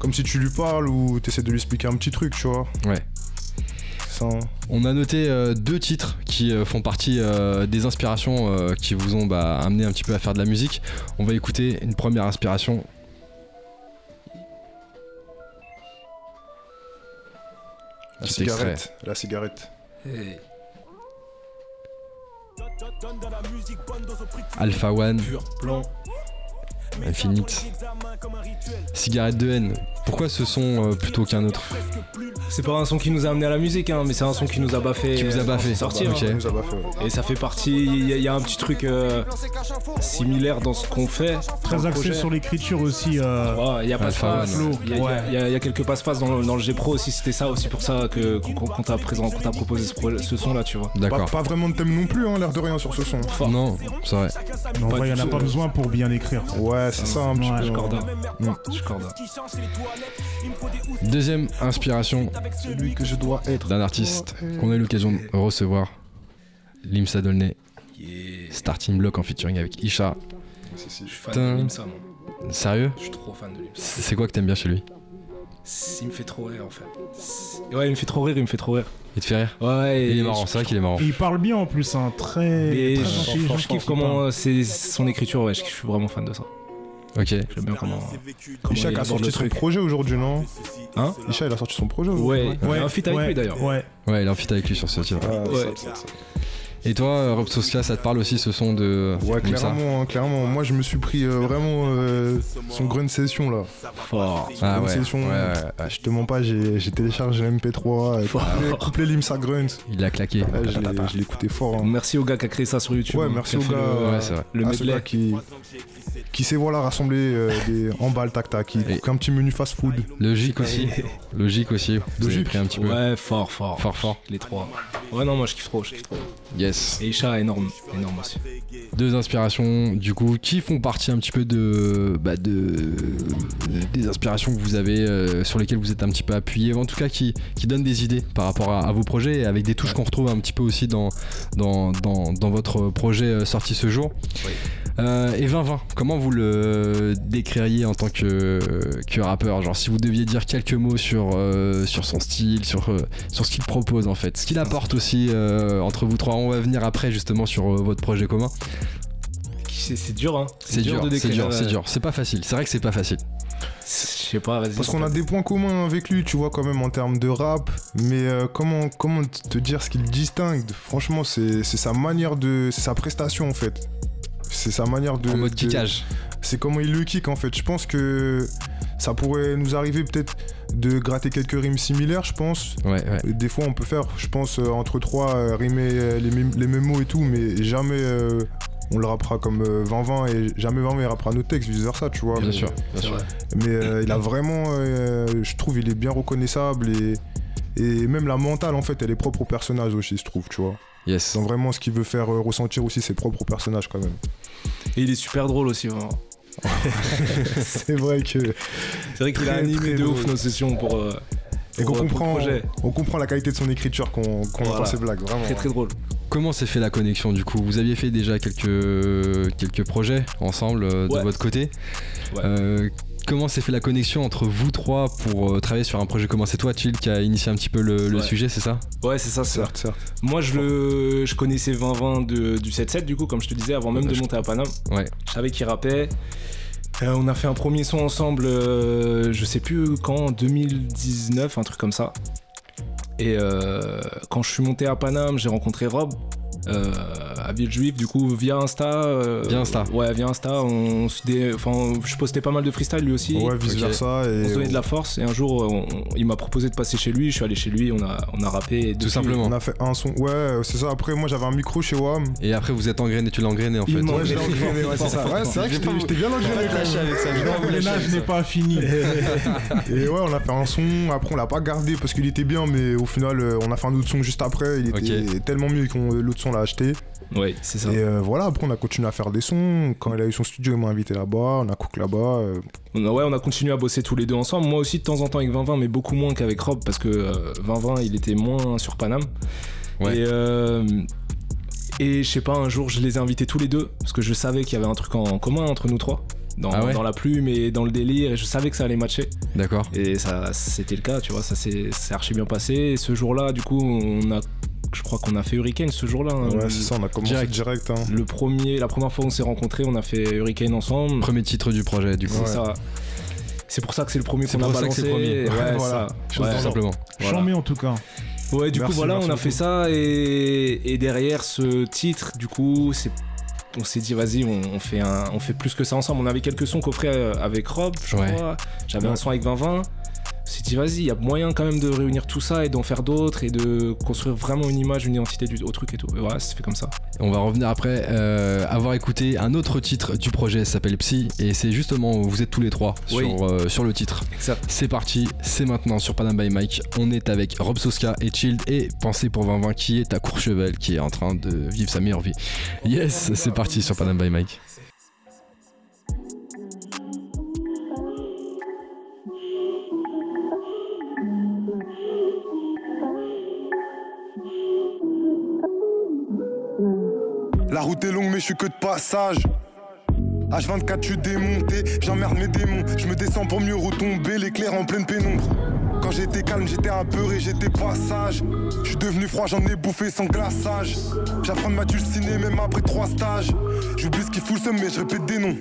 comme si tu lui parles ou tu essaies de lui expliquer un petit truc, tu vois. Ouais. intéressant. On a noté euh, deux titres qui euh, font partie euh, des inspirations euh, qui vous ont bah, amené un petit peu à faire de la musique. On va écouter une première inspiration. La Petit extrait. cigarette. La cigarette. Alpha One, Pur plan. Infinite, Cigarette de haine. Pourquoi ce son euh, plutôt qu'un autre C'est pas un son qui nous a amené à la musique, hein, mais c'est un son qui nous a baffé. Qui vous a euh, baffé. quand c'est sorti, Ok. hein. Ça nous a pas fait, ouais. Et ça fait partie. Il y, a- il y a un petit truc euh, similaire dans ce qu'on fait. Très axé sur l'écriture aussi. euh, Ouais, Ah, Il y a pas de Alpha phase. One, ouais. Il y, a- Ouais. il y a- il y a quelques passe-passe dans, le- dans le G-Pro aussi. C'était ça aussi pour ça que- qu'on qu'on t'a présent- qu'on t'a proposé ce, pro- ce son là, tu vois. Pas, D'accord. pas vraiment de thème non plus, hein, l'air de rien sur ce son. pas- Non, c'est vrai. mais en pas vrai, il n'y en a du pas tout. besoin pour bien écrire. Ouais, c'est ça un petit Ouais, peu. je Corda. hein. Je corda. Mm. Deuxième inspiration Celui que je dois être. Oh, euh. d'un artiste qu'on a eu l'occasion de recevoir, Limsa Dolnay, Yeah. Starting Block en featuring avec Isha. Si, si, Je je- suis fan Putain. de Limsa, moi. Sérieux Je suis trop fan de Limsa. C'est quoi que t'aimes bien chez lui Il me fait trop rire en fait. Ouais, il me fait trop rire, il me fait trop rire. Il te fait rire Ouais, Il et est marrant, c'est vrai qu'il est marrant. Et il parle bien en plus, hein, très, Et très je, gentil. je kiffe comment euh, c'est son écriture, ouais, je suis vraiment fan de ça. Ok. J'aime bien comment. euh, comment Isha il qui a aborde sorti le son truc. projet aujourd'hui, non Hein Isha, il a sorti son projet aujourd'hui. Ouais, il y a un feat avec lui d'ailleurs. Ouais. Ouais, il est en feat avec lui sur ce titre. Ah, Ouais. ça, ça, ça. Et toi, euh, Rob Soska, ça te parle aussi ce son de Ouais, Limsa clairement, hein, clairement. Moi, je me suis pris euh, vraiment euh, son grande session là. Fort. Ah Grande ouais, session. ouais, ouais, ouais. Je te ments pas, j'ai j'ai téléchargé l'MP3, euh, couplé- couplé Limsa Grunt. Il a claqué. Ouais, je l'ai- je l'ai écouté fort. hein. Merci au gars qui a créé ça sur YouTube. Ouais, hein, merci au qui a fait gars. le- euh, Ouais, c'est vrai. Le, à ce medley. gars qui, qui sait voilà rassembler euh, des en balle tac tac, qui Et- cook un petit menu fast food. Logique aussi. Logique aussi. Vous avez Logique. pris un petit peu. Ouais, fort, fort. Fort, fort. Les trois. Ouais, non, moi je kiffe trop. Je kiffe trop. Yes. Et Isha, énorme. Énorme aussi. Deux inspirations, du coup, qui font partie un petit peu de. Bah, de. des inspirations que vous avez, euh, sur lesquelles vous êtes un petit peu appuyé, en tout cas qui, qui donnent des idées par rapport à, à vos projets, avec des touches qu'on retrouve un petit peu aussi dans, dans, dans, dans votre projet euh, sorti ce jour. Oui. Euh, et 2020, comment vous le décririez en tant que, que rappeur Genre, si vous deviez dire quelques mots sur, euh, sur son style, sur, euh, sur ce qu'il propose en fait, ce qu'il apporte aussi euh, entre vous trois. On va venir après justement sur euh, votre projet commun. C'est c'est dur, hein. C'est dur, de c'est décrire. dur, c'est euh, dur. C'est pas facile. C'est vrai que c'est pas facile. Je sais pas, vas-y. Parce qu'on a des points communs avec lui, tu vois quand même en termes de rap, mais euh, comment comment t- te dire ce qui le distingue Franchement, c'est c'est sa manière de, c'est sa prestation en fait. C'est sa manière de. En mode de- kickage. c'est comment il le kick en fait. Je pense que ça pourrait nous arriver peut-être de gratter quelques rimes similaires, je pense. Ouais, ouais. Des fois, on peut faire, je pense, euh, entre trois, euh, rimer euh, les, mêmes- les mêmes mots et tout, mais jamais euh, on le rappera comme euh, 20-20 et jamais 20 il rappera nos textes, vice versa, tu vois. Bien mais sûr, bien sûr. mais, euh, il a vraiment, euh, je trouve, il est bien reconnaissable et, et même la mentale, en fait, elle est propre au personnage aussi, je trouve, tu vois. Yes. Dans vraiment ce qu'il veut faire euh, ressentir aussi, c'est propre au personnage quand même. Et il est super drôle aussi, vraiment. c'est vrai que. C'est vrai qu'il a Très, animé très de ouf drôle. nos sessions pour. euh, Et qu'on pour- pour le comprend, projet. on comprend la qualité de son écriture qu'on qu'on Voilà. entend ses blagues, vraiment. hein. Très très drôle. Comment s'est fait la connexion du coup Vous aviez fait déjà quelques, quelques projets ensemble euh, de Ouais. votre côté. Ouais. Euh, comment s'est fait la connexion entre vous trois pour euh, travailler sur un projet Comment c'est toi, Chill, qui a initié un petit peu le, le Ouais. sujet, c'est ça Ouais, c'est ça, c'est ça. Certes, certes. Moi, je, le, je connaissais 20-20 de- du 7-7, du coup, comme je te disais, avant même de monter à Paname. Ouais. Je savais qu'il rappait. Euh, on a fait un premier son ensemble, euh, je sais plus quand, en 2019, un truc comme ça. Et euh, quand je suis monté à Paname, j'ai rencontré Rob euh, à Villejuif, du coup, via Insta. euh, Via Insta. Ouais, via Insta. On, se dé- enfin, je postais pas mal de freestyle lui aussi. Ouais, vice Ok. versa. On se Et donnait de la force et un jour on- on- il m'a proposé de passer chez lui, je suis allé chez lui, on a, on a rappé. et Tout depuis- simplement. on a fait un son. Ouais, c'est ça. Après, moi, j'avais un micro chez WAM. Et après, vous êtes engrainé, tu l'as engrainé en fait. euh, Il Ouais, mange je l'ai Ouais, engrainé, ouais, c'est ça. Ouais, c'est vrai que j'étais- j'étais bien engrainé quand même. avec ça, Le nage n'est pas fini. Et ouais, on a fait un son. Après, on l'a pas gardé parce qu'il était bien, mais au final, euh, on a fait un autre son juste après. Il était tellement mieux qu'on l'autre son l'a acheté. Ouais, c'est ça. Et euh, voilà, après, on a continué à faire des sons. Quand il a eu son studio, il m'a invité là-bas. On a cook là-bas. euh, On a, ouais, on a continué à bosser tous les deux ensemble. Moi aussi de temps en temps avec 2020, mais beaucoup moins qu'avec Rob parce que euh, 2020 il était moins sur Paname. Ouais. Et, euh, et je sais pas, un jour je les ai invités tous les deux parce que je savais qu'il y avait un truc en commun entre nous trois. dans, Ah ouais dans la plume et dans le délire, et je savais que ça allait matcher. D'accord. Et ça, c'était le cas, tu vois, ça s'est c'est archi bien passé. Et ce jour-là, du coup, on a, je crois qu'on a fait Hurricane ce jour-là. hein. Ouais, c'est ça, on a commencé Direct. direct. hein. Le premier, la première fois qu'on s'est rencontrés, on a fait Hurricane ensemble. Premier titre du projet, du coup. C'est ça. C'est pour ça que c'est le premier C'est qu'on a pour ça que balancé. c'est le premier. Ouais, Voilà. ça. Chose Ouais. Tout simplement. Voilà. J'en mets en tout cas. Ouais, du Merci, coup, voilà, merci on a beaucoup. fait ça et, et derrière ce titre, du coup, c'est on s'est dit vas-y on, on fait un, on fait plus que ça ensemble on avait quelques sons coffrés euh, avec Rob je Ouais. crois j'avais un Ouais. son avec 2020 on s'est dit vas-y il y a moyen quand même de réunir tout ça et d'en faire d'autres et de construire vraiment une image une identité du, au truc et tout et voilà c'est fait comme ça On va revenir après euh, avoir écouté un autre titre du projet s'appelle Psy et c'est justement vous êtes tous les trois Oui. sur, euh, sur le titre. exact C'est parti, c'est maintenant sur Panam by Mike. On est avec Rob Soska et Child et Pensez pour 2020 qui est à Courchevel qui est en train de vivre sa meilleure vie. Yes, c'est parti sur Panam by Mike. La route est longue mais je suis que de passage H24 je suis démonté, j'emmerde mes démons Je me descends pour mieux retomber, l'éclair en pleine pénombre Quand j'étais calme, j'étais apeuré, j'étais pas sage Je suis devenu froid, j'en ai bouffé sans glaçage J'apprends de m'adulciner même après trois stages J'oublie ce qui fout le seum mais je répète des noms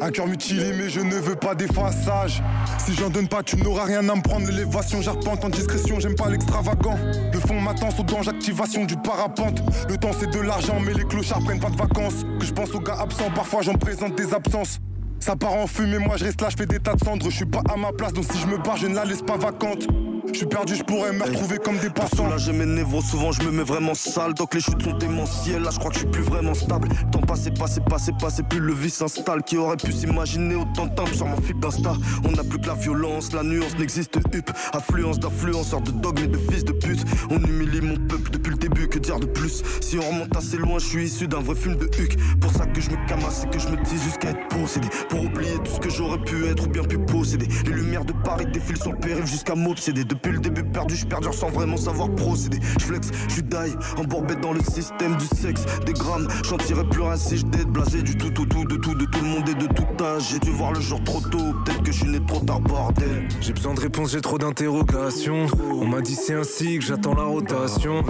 un cœur mutilé mais je ne veux pas des façages Si j'en donne pas tu n'auras rien à me prendre L'élévation j'arpente en discrétion j'aime pas l'extravagant Le fond m'attend sous danger activation du parapente Le temps c'est de l'argent mais les clochards prennent pas de vacances Que je pense aux gars absents parfois j'en présente des absences ça part en fumée, moi je reste là, je fais des tas de cendres. Je suis pas à ma place, donc si je me barre, je ne la laisse pas vacante. Je suis perdu, je pourrais me retrouver comme des Pour passants. soulager mes névros, souvent je me mets vraiment sale. Donc les chutes sont démentielles, là je crois que je suis plus vraiment stable. Temps passé, passé, passé, passé, plus le vice s'installe. Qui aurait pu s'imaginer autant de temps sur mon fil d'Insta On n'a plus que la violence, la nuance n'existe hup. Affluence d'influenceurs, de dogmes et de fils de pute. On humilie mon peuple depuis le début, que dire de plus Si on remonte assez loin, je suis issu d'un vrai film de Huck. Pour ça que je me camasse et que je me dis jusqu'à être possédé. Pour oublier tout ce que j'aurais pu être ou bien pu posséder. Les lumières de Paris défilent sur le périph' jusqu'à m'obséder. Depuis le début perdu, je perdure sans vraiment savoir procéder. Je flex, je die, embourbé dans le système du sexe. Des grammes, j'en tirerai plus rien si je d'être blasé du tout, tout, tout, de tout, de tout le monde et de tout âge. J'ai dû voir le jour trop tôt, peut-être que je suis né trop tard, bordel. J'ai besoin de réponses, j'ai trop d'interrogations. On m'a dit c'est ainsi que j'attends la Ah, rotation.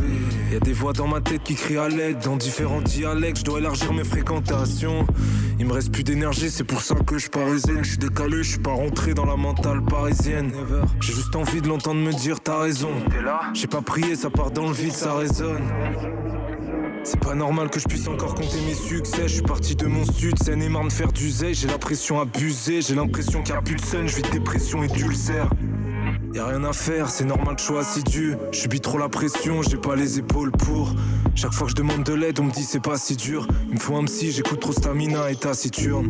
Y a des voix dans ma tête qui crient à l'aide dans différents dialectes. Je dois élargir mes fréquentations. Il me reste plus d'énergie, c'est pour ça que je parisienne. Je suis décalé, je suis pas rentré dans la mentale parisienne. J'ai juste envie de l'entendre me dire t'as raison. J'ai pas prié, ça part dans le vide, ça résonne. C'est pas normal que je puisse encore compter mes succès. Je suis parti de mon sud, Seine-et-Marne faire du zé. J'ai la pression abusée, j'ai l'impression qu'il n'y a plus de sun. Je vis de dépression et d'ulcère. Y'a rien à faire, c'est normal de choix assidu. Je subis trop la pression, j'ai pas les épaules pour. Chaque fois que je demande de l'aide, on me dit c'est pas si dur. Il me faut un psy, j'écoute trop stamina et taciturne.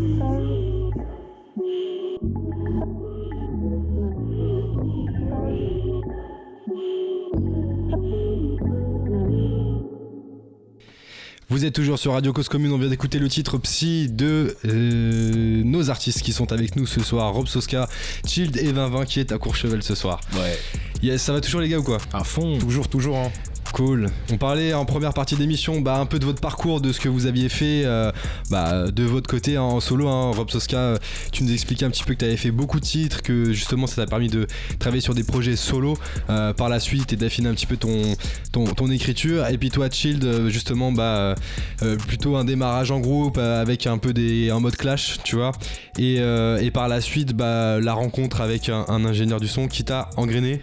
Vous êtes toujours sur Radio Cause Commune, on vient d'écouter le titre Psy de euh, nos artistes qui sont avec nous ce soir, Rob Soska, Child et 2020 qui est à Courchevel ce soir. ouais Yes, ça va toujours les gars ou quoi à fond Toujours, toujours. Hein. Cool. On parlait en première partie d'émission bah, un peu de votre parcours, de ce que vous aviez fait euh, bah, de votre côté hein, en solo. hein. Rob Soska, euh, tu nous expliquais un petit peu que tu avais fait beaucoup de titres, que justement ça t'a permis de travailler sur des projets solo euh, par la suite et d'affiner un petit peu ton, ton, ton écriture. Et puis toi, Child, euh, justement, bah, euh, plutôt un démarrage en groupe euh, avec un peu des, un mode clash, tu vois. Et, euh, et par la suite, bah, la rencontre avec un, un ingénieur du son qui t'a engrainé.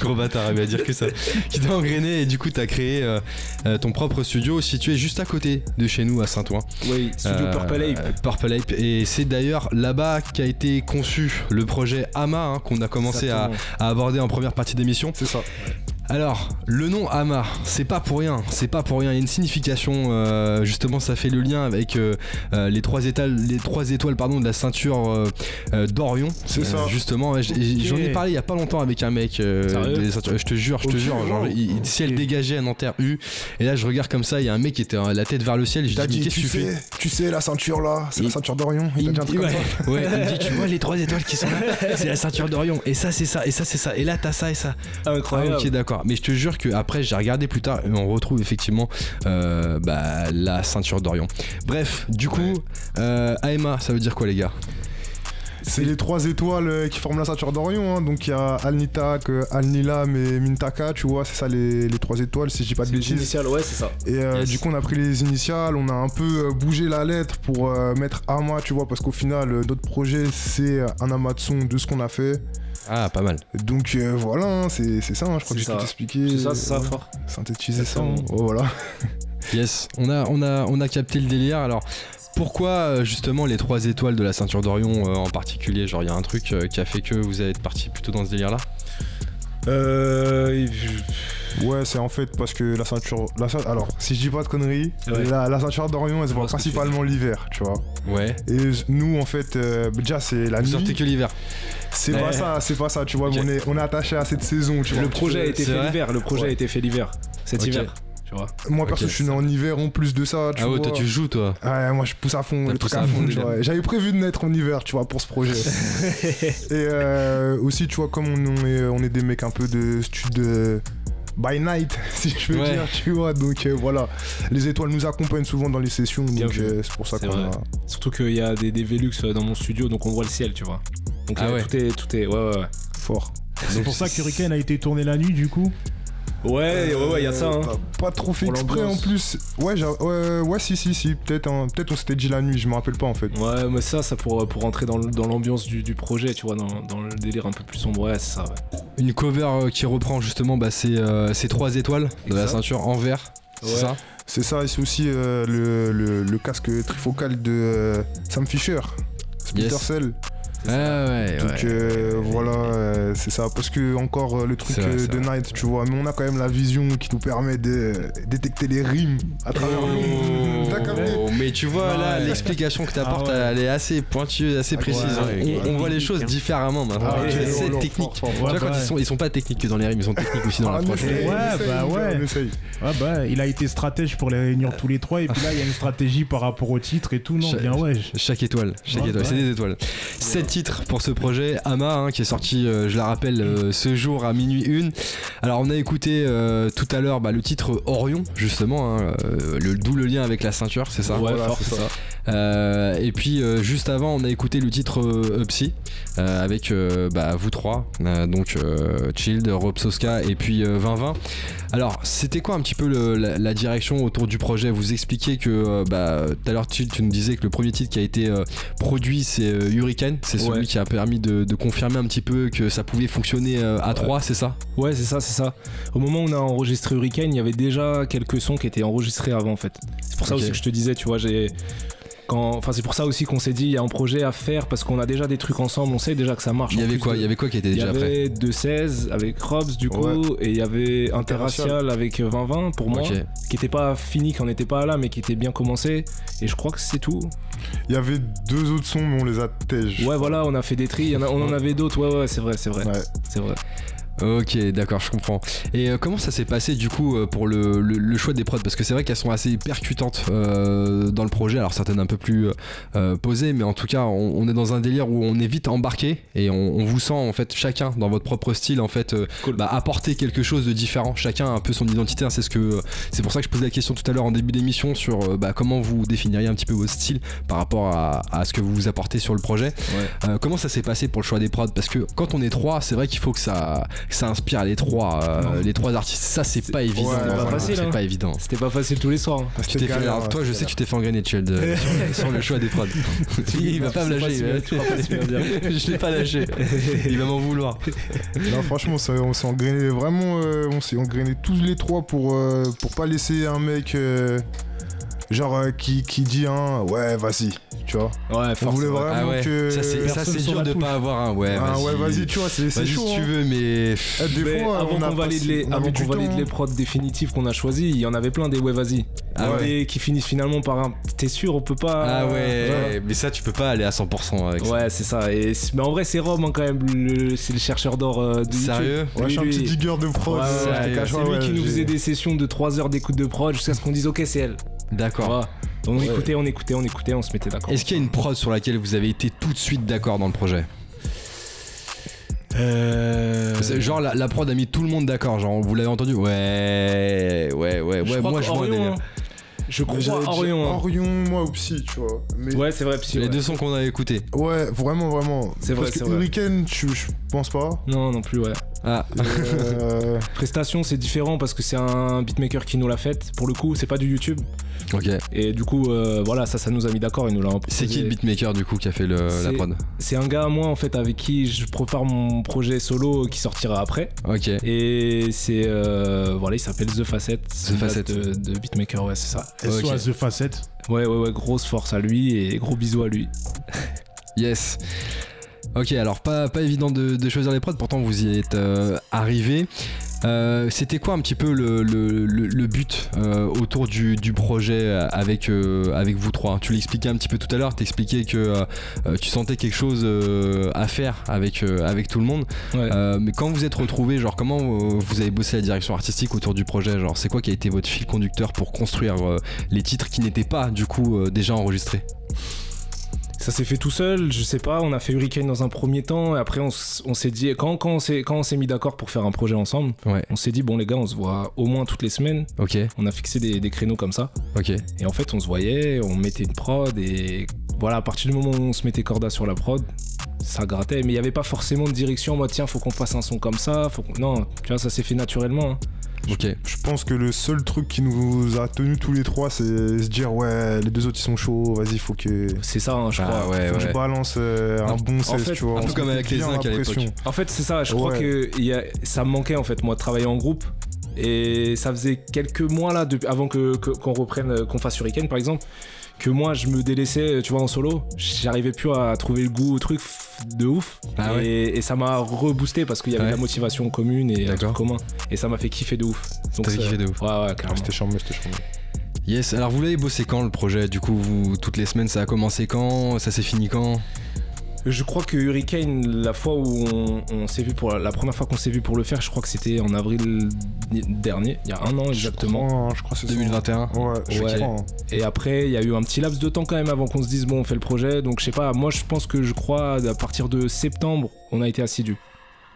Gros bâtard, il va dire que ça qui t'a engrainé et du coup t'as créé euh, euh, ton propre studio situé juste à côté de chez nous à Saint-Ouen. oui studio Euh, Purple Ape euh, Purple Ape. Et c'est d'ailleurs là-bas qu'a été conçu le projet AMA hein, qu'on a commencé à, Exactement. à aborder en première partie d'émission. C'est ça. Alors, le nom AMA, c'est pas pour rien, c'est pas pour rien, il y a une signification, euh, justement ça fait le lien avec euh, euh, les, trois étals- les trois étoiles pardon, de la ceinture euh, euh, d'Orion. C'est ça. Justement, ouais, j- j- j'en ai Ok. parlé il y a pas longtemps avec un mec, euh, Sérieux des ceintures- je te jure, je te Ok, jure, genre, wow. il- il- ciel Ok. dégagé à Nanterre U, et là je regarde comme ça, il y a un mec qui était euh, la tête vers le ciel, je T'as dis mais dit, qu'est-ce que tu tu fais sais, tu sais, la ceinture là, c'est Il- la ceinture d'Orion. Il t'a dit un truc ouais, comme ça. ouais, il me dit, tu vois les trois étoiles qui sont là, c'est la ceinture d'Orion, et ça c'est ça, et ça c'est ça, et là t'as ça et ça. Ah, incroyable ok, d'accord. faire. Mais je te jure que après j'ai regardé plus tard et on retrouve effectivement euh, bah, la ceinture d'Orion. Bref, du coup, euh, AMA, ça veut dire quoi les gars C'est les trois étoiles euh, qui forment la ceinture d'Orion. hein. Donc il y a Alnitak, euh, Alnilam et Mintaka, tu vois, c'est ça les, les trois étoiles, si je dis pas de C'est les bêtises. initiales, ouais, c'est ça. Et euh, Yes. du coup, on a pris les initiales, on a un peu euh, bougé la lettre pour euh, mettre AMA, tu vois, parce qu'au final, euh, notre projet, c'est euh, un amas de son de ce qu'on a fait. Ah, pas mal. Donc euh, voilà, hein, c'est c'est ça, hein, je C'est crois que j'ai ça. tout expliqué. C'est ça, c'est ça, Ouais. fort. Synthétiser ça. hein. Exactement. Oh, voilà. Yes, on a, on a, on a capté le délire. Alors, pourquoi euh, justement les trois étoiles de la ceinture d'Orion euh, en particulier Genre, il y a un truc euh, qui a fait que vous êtes parti plutôt dans ce délire-là Euh, Ouais, c'est en fait parce que la ceinture. La ceint- Alors, si je dis pas de conneries, Ouais. la, la ceinture d'Orion, elle se Je voit vois ce que tu veux principalement l'hiver, tu vois. Ouais. Et nous, en fait, euh, déjà, c'est la Vous nuit. sortez que l'hiver. C'est Ouais. pas ça, c'est pas ça, tu vois. Ok. mais On, est, on est attaché à cette saison, tu vois. le projet a été c'est fait vrai l'hiver, le projet a Ouais. été fait l'hiver, cet Ok. hiver, tu vois. Moi, perso, Ok. je suis né en hiver en plus de ça, tu ah vois. ouais, toi tu joues toi. Ouais, moi je pousse à fond, T'as le truc poussé à à fond, fond, tu Dylan. vois. J'avais prévu de naître en hiver, tu vois, pour ce projet. Et euh, aussi, tu vois, comme on est, on est des mecs un peu de stud euh, by night, si je veux Ouais. dire, tu vois. Donc euh, voilà, les étoiles nous accompagnent souvent dans les sessions, Bien donc vu. euh, c'est pour ça C'est qu'on vrai. a. Surtout qu'il y a des, des Velux euh, dans mon studio, donc on voit le ciel, tu vois. Donc Ah là, ouais. tout est, tout est, ouais, ouais, ouais. Fort. C'est pour ça que Hurricane a été tourné la nuit, du coup. Ouais, ouais, ouais, il y a ça. Euh, Hein. Pas, pas trop fait Pour exprès en l'ambiance. plus. Ouais, j'a- ouais, ouais, si, si, si. Peut-être hein, peut on s'était dit la nuit, je me rappelle pas en fait. Ouais, mais ça, ça pour, euh, pour rentrer dans le- dans l'ambiance du, du projet, tu vois, dans, dans le délire un peu plus sombre, ouais, c'est ça, ouais. Une cover euh, qui reprend justement bah, ces, euh, ces trois étoiles de la Exact. ceinture en vert. C'est Ouais. ça C'est ça, et c'est aussi euh, le, le- le casque trifocal de euh, Sam Fisher. Splinter Yes. Cell. Ah ouais, Donc ouais. euh, voilà, euh, c'est ça. Parce que encore euh, le truc C'est vrai, euh, c'est de vrai. Night, tu vois, mais on a quand même la vision qui nous permet de euh, détecter les rimes à travers le monde. T'as capté Oh, mais tu vois là, Ouais. l'explication que t'apportes, Ah ouais. elle est assez pointueuse, assez Ah, précise. ouais, On- ouais. on, voit les choses différemment maintenant. Ah, Tu ouais, sais, ouais, c'est ouais, technique. fort, fort, Tu fort. vois, quand ouais. bah, ils sont, ils sont pas techniques que dans les rimes, ils sont techniques aussi dans Ah, on l'approche. essaye, Ouais, on essaye, bah mon gars, ouais. on essaye. Ouais, bah, il a été stratège pour les réunir tous les trois. Et puis là, il y a une stratégie par rapport au titre et tout. Non, Je- bien ouais. je- Chaque étoile, chaque Ouais, étoile, ouais. c'est des étoiles. Sept titres pour ce projet, Ama, hein, qui est sorti, euh, je la rappelle, euh, ce jour à minuit une. Alors on a écouté euh, tout à l'heure bah, le titre Orion, justement, hein, euh, le, d'où le lien avec la ceinture, c'est ça ouais, voilà, fort, c'est c'est ça. Euh, et puis euh, juste avant, on a écouté le titre euh, Upsy euh, avec euh, bah, vous trois, euh, donc euh, Child, Rob Soska et puis euh, 2020. Alors, c'était quoi un petit peu le- la, la direction autour du projet Vous expliquiez que euh, bah, tout à l'heure, Child, tu nous disais que le premier titre qui a été euh, produit, c'est euh, Hurricane. C'est celui Ouais. qui a permis de, de confirmer un petit peu que ça pouvait fonctionner euh, à trois, c'est ça Ouais, c'est ça, c'est ça. Au moment où on a enregistré Hurricane, il y avait déjà quelques sons qui étaient enregistrés avant, en fait. C'est pour ça Ok. aussi que je te disais, tu vois, j'ai. Quand... Enfin, c'est pour ça aussi qu'on s'est dit, il y a un projet à faire parce qu'on a déjà des trucs ensemble, on sait déjà que ça marche. Il y En avait plus quoi de- Il y avait quoi qui était Il y déjà prêt avait 2-16 avec Robs, du coup, Ouais. et il y avait Interracial avec 20-20 pour moi, Ok. qui n'était pas fini, qui n'en était pas là, mais qui était bien commencé. Et je crois que c'est tout. Il y avait deux autres sons, mais on les attège. Ouais, voilà, on a fait des tris, il y en a- on en avait d'autres, ouais, ouais, c'est vrai, c'est vrai. Ouais. C'est vrai. Ok, d'accord, je comprends. Et euh, comment ça s'est passé du coup euh, pour le, le- le choix des prods Parce que c'est vrai qu'elles sont assez percutantes euh, dans le projet, alors certaines un peu plus euh, posées, mais en tout cas, on, on est dans un délire où on est vite embarqué et on, on vous sent en fait chacun dans votre propre style en fait euh, Cool. bah, apporter quelque chose de différent. Chacun a un peu son identité. hein, c'est ce que euh, c'est pour ça que je posais la question tout à l'heure en début d'émission sur euh, bah, comment vous définiriez un petit peu votre style par rapport à, à ce que vous vous apportez sur le projet. Euh, comment ça s'est passé pour le choix des prods Parce que quand on est trois, c'est vrai qu'il faut que ça, que ça inspire les trois, euh, les trois artistes. Ça, c'est pas évident. ouais, dans c'est un pas groupe, facile, C'est hein. pas évident. C'était pas facile tous les soirs. hein. Tu t'es fait- alors, toi, je sais que tu t'es fait engrainer, Child, euh, sur, le- sur le choix des prods. il va pas me C'est lâcher. si il va- bien, tu vas pas si bien dire. je l'ai pas lâché. Il va m'en vouloir. Là, franchement, ça- on s'est engrainé vraiment, euh, on s'est engrainé tous les trois pour, euh, pour pas laisser un mec euh, genre euh, qui, qui dit un ouais, vas-y, tu vois. Ouais, On fort, voulait c'est vrai. vraiment Ah ouais. euh, que. Ça, c'est ça, personne c'est sur dur la de touche. pas avoir un. Ouais, Ah ouais, vas-y, tu vois, c'est c'est Vas-y chaud. si tu hein. veux, mais. Eh, des Mais fois, avant on a qu'on pas- valide, les, on a avant du qu'on valide temps, les hein. prods définitifs qu'on a choisis, il y en avait plein des ouais vas-y. Ah ouais. Des qui finissent finalement par un t'es sûr, on peut pas. Ah ouais, mais ça, tu peux pas aller à 100% avec ça. Ouais, c'est ça. Et c'est- mais en vrai, c'est Rome hein, quand même, le- c'est le chercheur d'or euh, de Sérieux Ouais, YouTube. je Lui, suis un petit lui- digger de Ouais, prod. ouais, je te ouais, cache c'est pas, lui ouais, qui nous j'ai- faisait des sessions de 3 heures d'écoute de prod jusqu'à ce qu'on dise ok, c'est elle. Tu D'accord. vois. On écoutait, on écoutait, on écoutait, on se mettait d'accord. Est-ce qu'il y a une prod sur laquelle vous avez été tout de suite d'accord dans le projet Euh, C'est Genre, la, la prod a mis tout le monde d'accord. Genre, vous l'avez entendu Ouais, ouais, ouais, Je ouais. crois Moi, je vois un qu'Orion, délire. hein. Je Mais j'avais crois dit Orion. hein. Orion, moi ou Psy, tu vois. Mais ouais, Ouais, c'est vrai, psy. Les ouais. deux sons qu'on a écoutés. vraiment, vraiment. C'est vrai, Parce c'est que vrai. Hurricane, tu- je pense pas. Non, non plus, ouais. Ah, Et, euh, Prestation, c'est différent parce que c'est un beatmaker qui nous l'a faite. Pour le coup, c'est pas du YouTube. ok. Et du coup, euh, voilà, ça, ça nous a mis d'accord. Il nous l'a C'est qui proposé. le beatmaker du coup qui a fait le- la C'est- prod C'est un gars à moi, en fait, avec qui je prépare mon projet solo qui sortira après. Ok. Et c'est. euh, voilà, il s'appelle The Facet. Son date Facet. De, de beatmaker, ouais, c'est ça. Ok. SOS The Facette. Ouais, ouais, ouais, grosse force à lui et gros bisous à lui. Yes. Ok, alors pas, pas évident de, de choisir les prods, pourtant vous y êtes euh, arrivé. Euh, C'était quoi un petit peu le, le- le- le but euh, autour du, du projet avec, euh, avec vous trois Tu l'expliquais un petit peu tout à l'heure, t'expliquais que euh, euh, tu sentais quelque chose euh, à faire avec, euh, avec tout le monde. Ouais. Euh, mais quand vous êtes retrouvés, genre comment euh, vous avez bossé la direction artistique autour du projet Genre c'est quoi qui a été votre fil conducteur pour construire euh, les titres qui n'étaient pas du coup euh, déjà enregistrés Ça s'est fait tout seul, je sais pas, on a fait Hurricane dans un premier temps, et après on, s- on s'est dit, quand, quand on s'est quand on s'est mis d'accord pour faire un projet ensemble, Ouais. on s'est dit, bon les gars, on se voit au moins toutes les semaines, Ok, on a fixé des, des créneaux comme ça, ok. et en fait on se voyait, on mettait une prod, et voilà, à partir du moment où on se mettait corda sur la prod, ça grattait, mais il n'y avait pas forcément de direction, moi tiens, faut qu'on fasse un son comme ça, faut qu'on- non, tu vois, ça s'est fait naturellement. hein. Ok. je pense que le seul truc qui nous a tenus tous les trois, c'est se dire ouais, les deux autres ils sont chauds, vas-y, faut que. C'est ça, hein, je Ah, crois. ouais, faut que je ouais. balance euh, un En- bon 16, fait, tu un vois. on peu se comme mettait avec les bien zincs la à l'époque. pression. En fait, c'est ça. Je crois Ouais. que il y a- ça me manquait en fait, moi, de travailler en groupe. Et ça faisait quelques mois là, depuis- avant que que- qu'on reprenne, euh, qu'on fasse Hurricane par exemple, que moi je me délaissais, euh, tu vois, en solo. J'arrivais plus à trouver le goût au truc f- de ouf. Ah et, et ça m'a reboosté parce qu'il y avait Ouais. de la motivation commune et un D'accord. truc commun. Et ça m'a fait kiffer de ouf. Donc T'as fait ça- kiffer de ouf. Ouais, ouais, carrément. Ah, C'était charmé, c'était charmé. Yes, alors vous l'avez bossé quand le projet Du coup, vous, toutes les semaines, ça a commencé quand Ça s'est fini quand Je crois que Hurricane, la fois où on, on s'est vu pour la, la première fois qu'on s'est vu pour le faire, je crois que c'était en avril dernier, il y a un an exactement. Je crois, hein, je crois que c'est ça. 2021 Ouais, je Ouais. crois. hein. Et après, il y a eu un petit laps de temps quand même avant qu'on se dise bon, on fait le projet. Donc je sais pas, moi je pense que je crois à partir de septembre, on a été assidu.